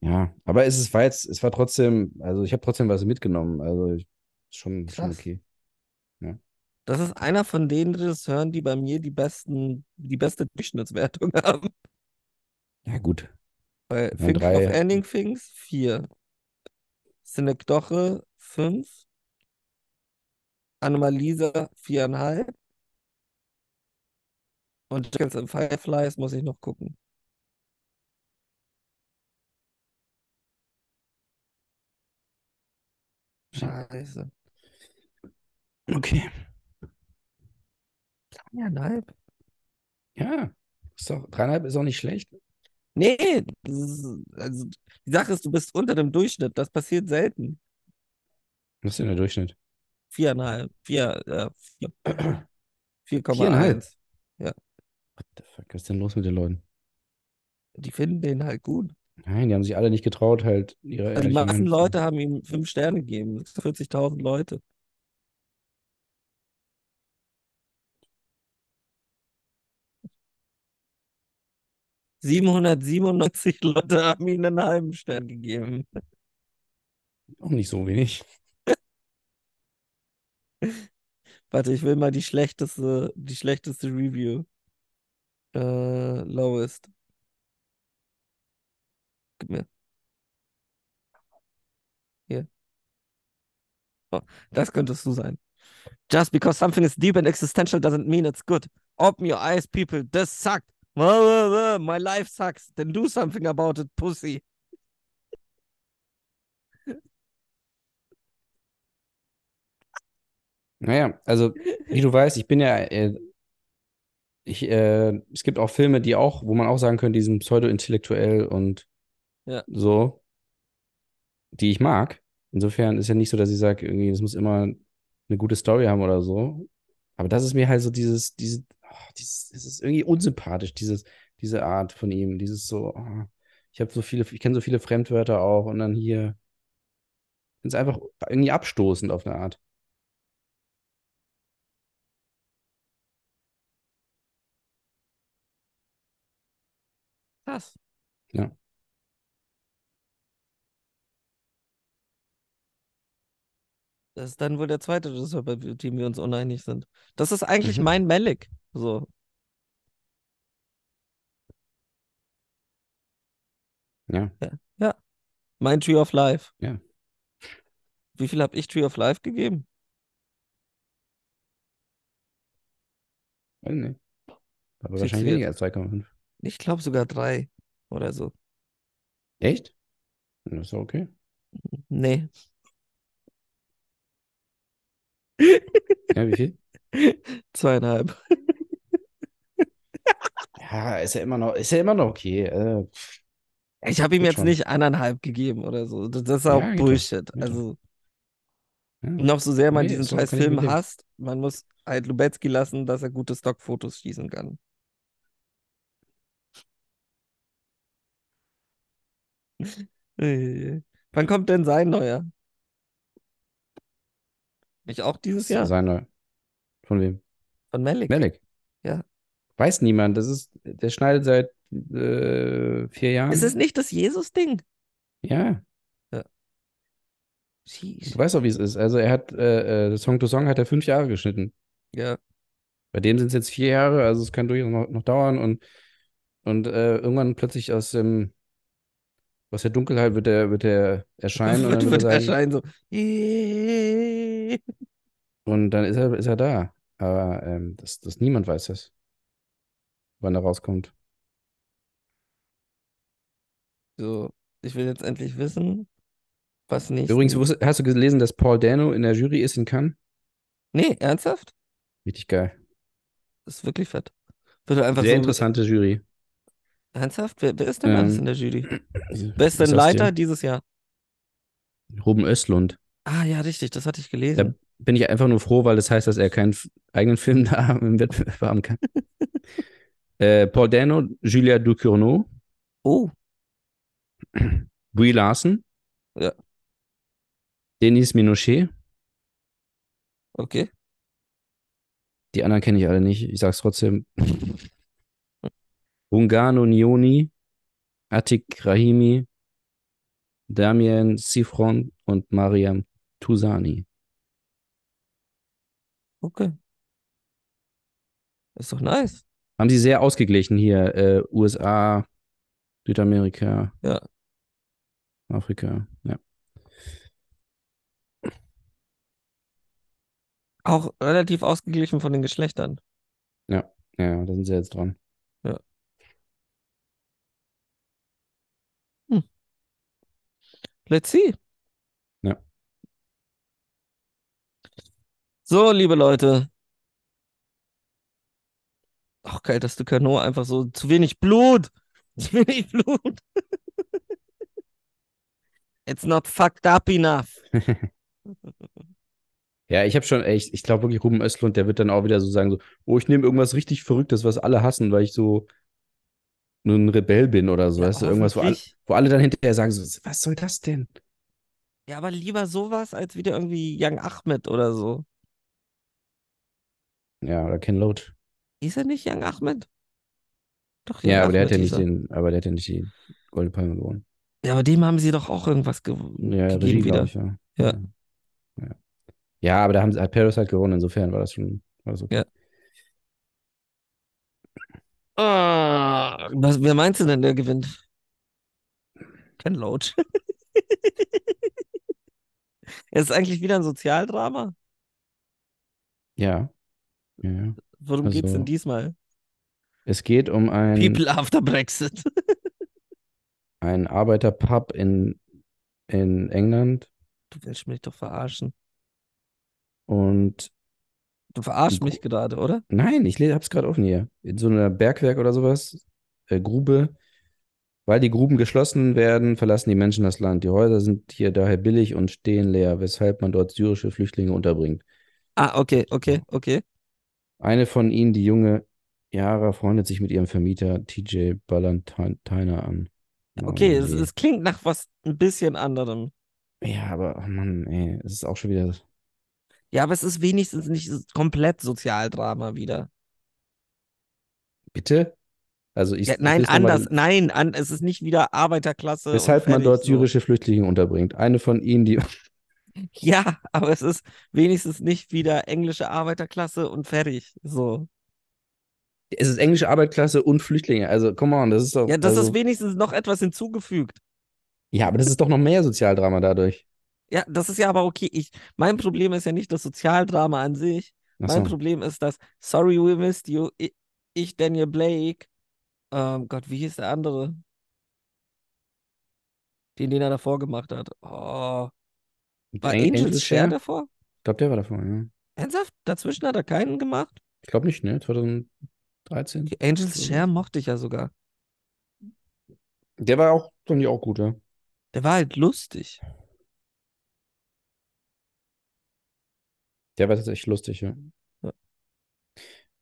A: Ja, aber es ist, war jetzt, es war trotzdem, also ich habe trotzdem was mitgenommen, also ich, schon, schon
B: Krass.
A: okay.
B: Das ist einer von den Regisseuren, die bei mir die besten, die beste Durchschnittswertung [LAUGHS] haben.
A: Ja, gut.
B: Bei
A: Ja,
B: Think
A: drei.
B: of Ending Things 4. Synecdoche 5. Anomalisa 4,5. Und Jackals and Fireflies muss ich noch gucken. Scheiße.
A: Okay.
B: Ja, nein.
A: Ja, ist doch, dreieinhalb ist auch nicht schlecht.
B: Nee, das ist, also die Sache ist, du bist unter dem Durchschnitt. Das passiert selten.
A: Was ist denn der Durchschnitt?
B: Viereinhalb, vier, äh, vier, [CLEARS THROAT] 4,1.
A: Viereinhalb? What the fuck, was ist denn los mit den Leuten?
B: Die finden den halt gut.
A: Nein, die haben sich alle nicht getraut, halt ihre
B: Also die
A: ehrliche
B: meisten
A: Meinung zu
B: Leute haben ihm fünf Sterne gegeben. 40.000 Leute. ...797 Leute haben ihm einen halben Stern gegeben.
A: sagen. Auch nicht so wenig.
B: Warte, ich will mal die schlechteste, die schlechteste Review. Äh, lowest. Gib mir. Hier. Oh, das könntest du sein. Just because something is deep and existential doesn't mean it's good. Open your eyes, people. This sucked. Wah, wah, wah. My life sucks. Then do something about it, pussy.
A: Naja, also, wie du weißt, ich bin ja, äh, ich, äh, es gibt auch Filme, die auch, wo man auch sagen könnte, die sind pseudo-intellektuell und
B: Ja.
A: so, die ich mag. Insofern ist ja nicht so, dass ich sage, irgendwie, das muss immer eine gute Story haben oder so. Aber das ist mir halt so dieses, diese, ah, dieses, es ist irgendwie unsympathisch, dieses, diese Art von ihm, dieses so, ah, ich habe so viele, ich kenne so viele Fremdwörter auch und dann hier, ist einfach irgendwie abstoßend auf eine Art.
B: Krass.
A: Ja.
B: Das ist dann wohl der zweite Regisseur, bei dem wir uns uneinig sind. Das ist eigentlich
A: Mhm.
B: mein Malik. So.
A: Ja.
B: Ja. ja. Mein Tree of Life.
A: Ja.
B: Wie viel habe ich Tree of Life gegeben?
A: Weiß nicht. Aber
B: Sechs
A: wahrscheinlich
B: Wert.
A: weniger als 2,5.
B: Ich glaube sogar drei oder so.
A: Echt? Das ist doch okay.
B: Nee.
A: Ja, wie viel?
B: Zweieinhalb.
A: Ja, ist ja immer noch, ist ja immer noch okay. Äh, pff.
B: Ich habe ihm
A: Geht
B: jetzt
A: schon.
B: nicht eineinhalb gegeben oder so. Das, das ist
A: Ja,
B: auch
A: geht doch.
B: Bullshit.
A: Geht doch.
B: Also,
A: Ja.
B: noch so sehr man
A: Nee,
B: diesen
A: so
B: scheiß
A: kann ich
B: Film
A: mitleben.
B: hasst, man muss halt Lubetzky lassen, dass er gute Stockfotos schießen kann. [LAUGHS] Äh, Wann kommt denn sein neuer? Nicht auch dieses Jahr?
A: Seine. Von wem?
B: Von Malik.
A: Malik.
B: Ja.
A: Weiß niemand. Das ist, der schneidet seit äh, vier Jahren.
B: Ist es nicht das Jesus-Ding?
A: Ja,
B: Sheesh.
A: du weißt doch, wie es ist. Also er hat äh, äh, Song to Song hat er fünf Jahre geschnitten.
B: Ja.
A: Bei dem sind es jetzt vier Jahre, also es kann durchaus noch, noch dauern und, und äh, irgendwann plötzlich aus dem aus der Dunkelheit wird er wird er erscheinen und
B: [LAUGHS] Wird,
A: dann wird
B: wird
A: er sagen,
B: erscheinen so. [LAUGHS] Äh,
A: und dann ist er ist er da. Aber ähm, das, das niemand weiß das, wann er rauskommt.
B: So, ich will jetzt endlich wissen, was nicht.
A: Übrigens, wusste- hast du gelesen, dass Paul Dano in der Jury ist in Cannes?
B: Nee, ernsthaft?
A: Richtig geil.
B: Das ist wirklich fett. Wird einfach
A: Sehr
B: so.
A: interessante Jury.
B: Ernsthaft? Wer, wer ist denn alles
A: Ähm,
B: in der Jury? Wer
A: Was
B: ist denn
A: sagst du?
B: Leiter dieses Jahr?
A: Ruben Östlund.
B: Ah, ja, richtig, das hatte ich gelesen.
A: bin ich einfach nur froh, weil das heißt, dass er keinen f- eigenen Film da [LAUGHS] im Wettbewerb haben
B: [LAUGHS]
A: kann. äh, Paul Dano, Julia Ducournau,
B: Oh,
A: Brie Larson,
B: Ja.
A: Denis Minochet,
B: okay.
A: die anderen kenne ich alle nicht, ich sag's trotzdem. Ungano Nioni, Atik Rahimi, Damien Sifron und Mariam Tusani.
B: Okay. Ist doch nice.
A: Haben sie sehr ausgeglichen hier, äh, USA, Südamerika,
B: Ja.
A: Afrika, ja.
B: Auch relativ ausgeglichen von den Geschlechtern.
A: Ja, da sind sie jetzt dran.
B: Ja. Hm.
A: Hm.
B: Let's see.
A: Ja.
B: So, liebe Leute. Auch geil, dass du Kano einfach so zu wenig Blut. [LAUGHS] Zu wenig Blut. [LAUGHS] It's not fucked up enough.
A: Ja, ich habe schon, ey, ich, ich glaube wirklich, Ruben Östlund, der wird dann auch wieder so sagen, so, oh, ich nehme irgendwas richtig Verrücktes, was alle hassen, weil ich so nur ein Rebell bin oder so,
B: Ja,
A: weißt du, irgendwas, wo alle,
B: hoffentlich.
A: wo alle dann hinterher sagen, so, was soll das denn?
B: Ja, aber lieber sowas als wieder irgendwie Young Ahmed oder so.
A: Ja, oder Ken Loach.
B: Hieß er nicht Young Ahmed? Doch, Young
A: Ja, aber der hat
B: Ahmed
A: ja
B: hieß
A: nicht
B: er.
A: den, aber der hat ja nicht die Goldene Palme gewonnen.
B: Ja, aber dem haben sie doch auch irgendwas ge
A: Ja,
B: gegeben
A: Regie,
B: wieder.
A: glaube ich, ja.
B: Ja.
A: Ja. Ja, aber da haben, sie- hat Parasite gewonnen, insofern war das schon, war das okay.
B: Ja. Ah, was, wer meinst du denn, der gewinnt? Ken Loach. [LAUGHS] Es ist eigentlich wieder ein Sozialdrama.
A: Ja. Ja, ja.
B: Worum geht's denn
A: Also,
B: diesmal?
A: Es geht um ein.
B: People after Brexit.
A: ein Arbeiterpub in, in England
B: Du willst mich doch verarschen.
A: und
B: Du verarschst mich gerade, oder?
A: nein, ich le- hab's gerade offen hier. In so einer Bergwerk oder sowas, äh, Grube. Weil die Gruben geschlossen werden, verlassen die Menschen das Land. Die Häuser sind hier daher billig und stehen leer, weshalb man dort syrische Flüchtlinge unterbringt.
B: Ah, okay, okay, okay.
A: Eine von ihnen, die junge Yara, freundet sich mit ihrem Vermieter TJ Ballantyner an.
B: Okay,
A: Oh,
B: es,
A: nee.
B: es klingt nach was ein bisschen anderem.
A: Ja, aber, oh Mann, ey, es ist auch schon wieder.
B: Ja, aber es ist wenigstens nicht so- komplett Sozialdrama wieder.
A: Bitte? Also ich,
B: Ja,
A: ich
B: nein,
A: lese noch mal
B: anders.
A: den-
B: Nein, an, es ist nicht wieder Arbeiterklasse. und
A: Weshalb man
B: fertig,
A: dort
B: so.
A: syrische Flüchtlinge unterbringt. Eine von ihnen, die.
B: Ja, aber es ist wenigstens nicht wieder englische Arbeiterklasse und fertig. So.
A: Es ist englische Arbeitsklasse und Flüchtlinge. Also, come on, das ist doch.
B: Ja, das
A: also,
B: ist wenigstens noch etwas hinzugefügt.
A: ja, aber das ist doch noch mehr Sozialdrama dadurch.
B: Ja, das ist ja aber okay. Ich, mein Problem ist ja nicht das Sozialdrama an sich.
A: Ach so.
B: Mein Problem ist, dass Sorry We Missed You, ich, ich Daniel Blake, ähm, Gott, wie hieß der andere? Den, den er davor gemacht hat. Oh, war
A: Ang-
B: Angel
A: Angels
B: Share
A: Share?
B: davor?
A: Ich glaube, der war davor, ja.
B: Ernsthaft? Dazwischen hat er keinen gemacht?
A: Ich glaube nicht, ne? 2013.
B: Die Angels
A: So.
B: Share mochte ich ja sogar.
A: Der war auch Fand ich auch gut, ja.
B: Der war halt lustig.
A: Der war tatsächlich lustig, ja.
B: Ja.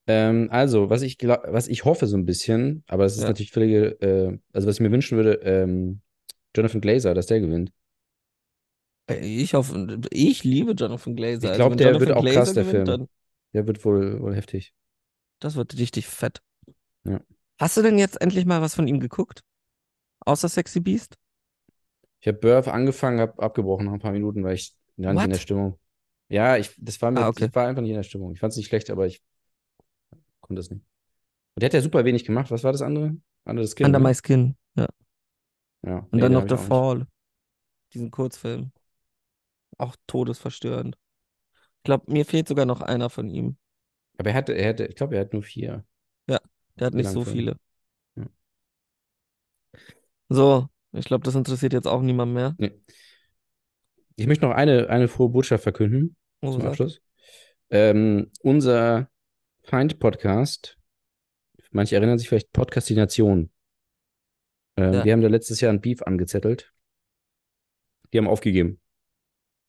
A: Ähm, also, was ich, gla- was ich hoffe so ein bisschen, aber das ist
B: Ja.
A: natürlich völlige, äh, also was ich mir wünschen würde, ähm, Jonathan Glazer, dass der gewinnt.
B: Ey, Ich hoffe, ich liebe Jonathan Glazer.
A: Ich
B: Also
A: glaub,
B: wenn
A: der wird
B: Jonathan
A: auch
B: Glazer
A: krass, der
B: gewinnt,
A: Film.
B: Dann,
A: Der wird wohl, wohl heftig.
B: das wird richtig fett.
A: Ja.
B: Hast du denn jetzt endlich mal was von ihm geguckt? Außer Sexy Beast?
A: Ich habe Burf angefangen, habe abgebrochen nach ein paar Minuten, weil ich gar nicht in der
B: What?
A: Stimmung. Ja, ich, das war mir,
B: Ah, okay.
A: ich war einfach nicht in der Stimmung. Ich fand es nicht schlecht, aber ich konnte es nicht. Und der hat ja super wenig gemacht. Was war das andere? Anderes Kind.
B: Under
A: ne?
B: My Skin. Ja.
A: Ja.
B: Und
A: nee, den
B: dann noch
A: hab
B: The
A: ich auch nicht.
B: Fall. Diesen Kurzfilm. Auch todesverstörend. Ich glaube, mir fehlt sogar noch einer von ihm.
A: Aber er hatte, er hatte, ich glaube, er hat nur vier.
B: Der hat nicht so
A: Langfilm.
B: viele.
A: Ja.
B: So, ich glaube, das interessiert jetzt auch niemand mehr.
A: Ich möchte noch eine, eine frohe Botschaft verkünden.
B: Oh,
A: zum
B: sag.
A: Abschluss. Ähm, unser Feind-Podcast, manche erinnern sich vielleicht Podcastination. Ähm,
B: Ja.
A: Wir haben da letztes Jahr ein Beef angezettelt. Die haben aufgegeben.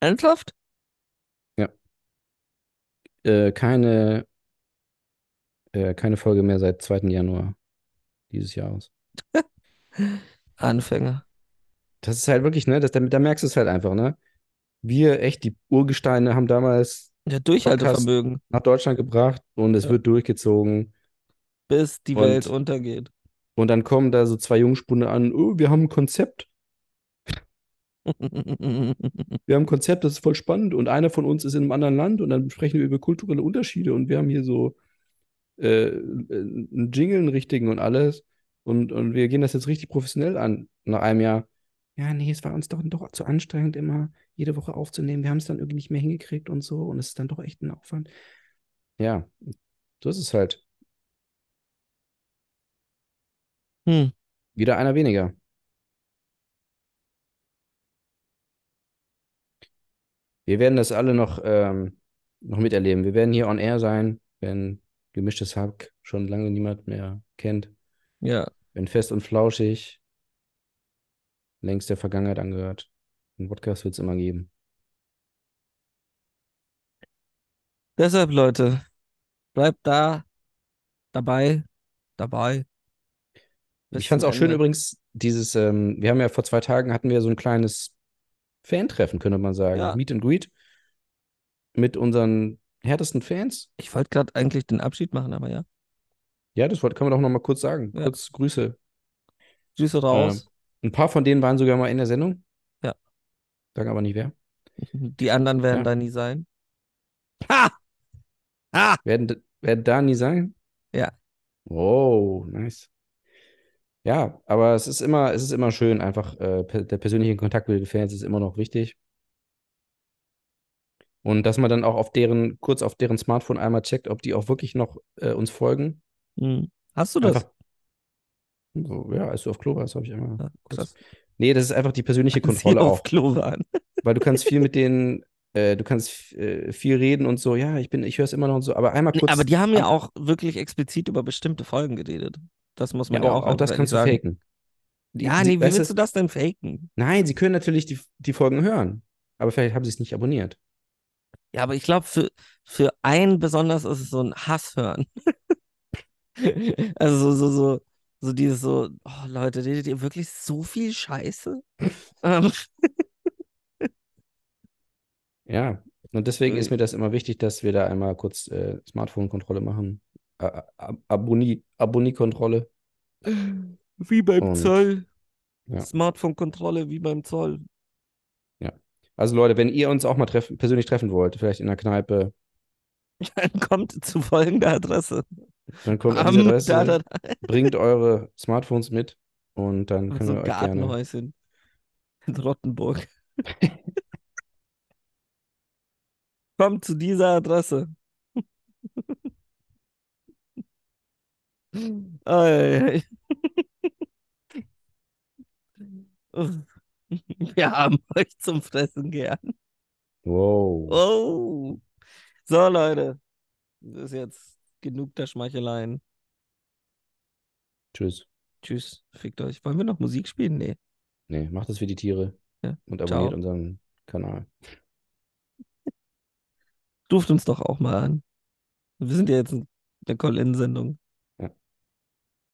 B: Ernsthaft?
A: Äh, keine, äh, keine Folge mehr seit 2. Januar dieses Jahres.
B: Anfänger.
A: Das ist halt wirklich, ne? Das, da, da merkst du es halt einfach, ne? Wir, echt, die Urgesteine haben damals
B: Ja, Durchhaltevermögen,
A: nach Deutschland gebracht und es
B: Ja.
A: wird durchgezogen.
B: bis die
A: Und-
B: Welt untergeht. [LAUGHS]
A: Und dann kommen da so zwei Jungspunde an, oh, wir haben ein Konzept. wir haben ein Konzept, das ist voll spannend und einer von uns ist in einem anderen Land und dann sprechen wir über kulturelle Unterschiede und wir haben hier so äh, einen Jingle, einen richtigen und alles und, und wir gehen das jetzt richtig professionell an nach einem Jahr. Ja, nee, es war uns doch, doch zu anstrengend, immer jede Woche aufzunehmen. Wir haben es dann irgendwie nicht mehr hingekriegt und so und es ist dann doch echt ein Aufwand. Ja, so ist es halt.
B: Hm.
A: Wieder einer weniger. Wir werden das alle noch, ähm, noch miterleben. Wir werden hier on air sein, wenn gemischtes Hack schon lange niemand mehr kennt.
B: Ja,
A: Wenn fest und flauschig längst der Vergangenheit angehört. Ein Podcast wird es immer geben.
B: deshalb, Leute, bleibt da, dabei, dabei. Bis
A: Ich fand es
B: zum
A: auch schön
B: Ende.
A: übrigens, dieses, ähm, wir haben ja vor zwei Tagen hatten wir so ein kleines Fan-Treffen, könnte man sagen.
B: Ja.
A: Meet and Greet mit unseren härtesten Fans.
B: Ich wollte gerade eigentlich den Abschied machen, aber ja.
A: Ja, das wollt- können wir doch noch mal kurz sagen.
B: Ja.
A: Kurz Grüße.
B: Grüße raus.
A: Ein paar von denen waren sogar mal in der Sendung.
B: Ja.
A: Sagen aber nicht wer.
B: Die anderen werden
A: Ja.
B: da nie sein. Ha! Ha!
A: Werden, d- werden da nie sein?
B: Ja.
A: Wow, nice. Ja, aber es ist immer, es ist immer schön, einfach äh, per, der persönliche Kontakt mit den Fans ist immer noch wichtig. Und dass man dann auch auf deren, kurz auf deren Smartphone einmal checkt, ob die auch wirklich noch äh, uns folgen.
B: Hm. Hast du das?
A: Einfach, so, ja, als du auf Klo warst, habe ich immer
B: Ja,
A: kurz.
B: krass.
A: Nee, das ist einfach die persönliche
B: Als
A: Kontrolle
B: wir auf
A: auch.
B: Klo waren.
A: weil du kannst viel mit denen, [LAUGHS] äh, du kannst äh, viel reden und so, ja, ich bin, ich höre es immer noch und so, aber einmal
B: Nee,
A: kurz, [LAUGHS]
B: aber die haben ja auch wirklich explizit über bestimmte Folgen geredet. Das muss
A: ja,
B: man ja,
A: auch, auch
B: einfach
A: das kannst du
B: ehrlich sagen.
A: faken. Die-
B: Ja,
A: sie-
B: nee, wie
A: weißt
B: willst du das denn faken?
A: Nein, sie können natürlich die, die Folgen hören, aber vielleicht haben sie es nicht abonniert.
B: Ja, aber ich glaube, für, für einen besonders ist es so ein Hasshören. [LAUGHS] Also so, so, so, so dieses so, oh Leute, redet ihr wirklich so viel Scheiße? [LAUGHS] Ähm,
A: Ja, und deswegen
B: Mhm.
A: ist mir das immer wichtig, dass wir da einmal kurz äh, Smartphone-Kontrolle machen, Ä- Ab- Abonni Abonni-Kontrolle.
B: wie beim
A: Und,
B: Zoll.
A: ja.
B: Smartphone-Kontrolle wie beim Zoll. [LAUGHS]
A: Also Leute, wenn ihr uns auch mal treffen, persönlich treffen wollt, vielleicht in der Kneipe,
B: Dann kommt zu folgender Adresse.
A: dann kommt an
B: Am
A: diese Adresse,
B: da, da, da.
A: bringt eure Smartphones mit und dann können
B: So
A: wir
B: ein
A: euch gerne.
B: Gartenhäuschen in Rottenburg. [LAUGHS] Kommt zu dieser Adresse. [LAUGHS] Ei, ei, ei. [LAUGHS] Wir haben euch zum Fressen gern.
A: Wow.
B: Oh. So, Leute. Das ist jetzt genug der Schmeicheleien.
A: Tschüss.
B: Tschüss. Fickt euch. Wollen wir noch Musik spielen? Nee.
A: Nee, macht es wie die Tiere
B: Ja,
A: und
B: ciao.
A: abonniert unseren Kanal.
B: Ruft uns doch auch mal an. Wir sind ja jetzt in der Call-In-Sendung.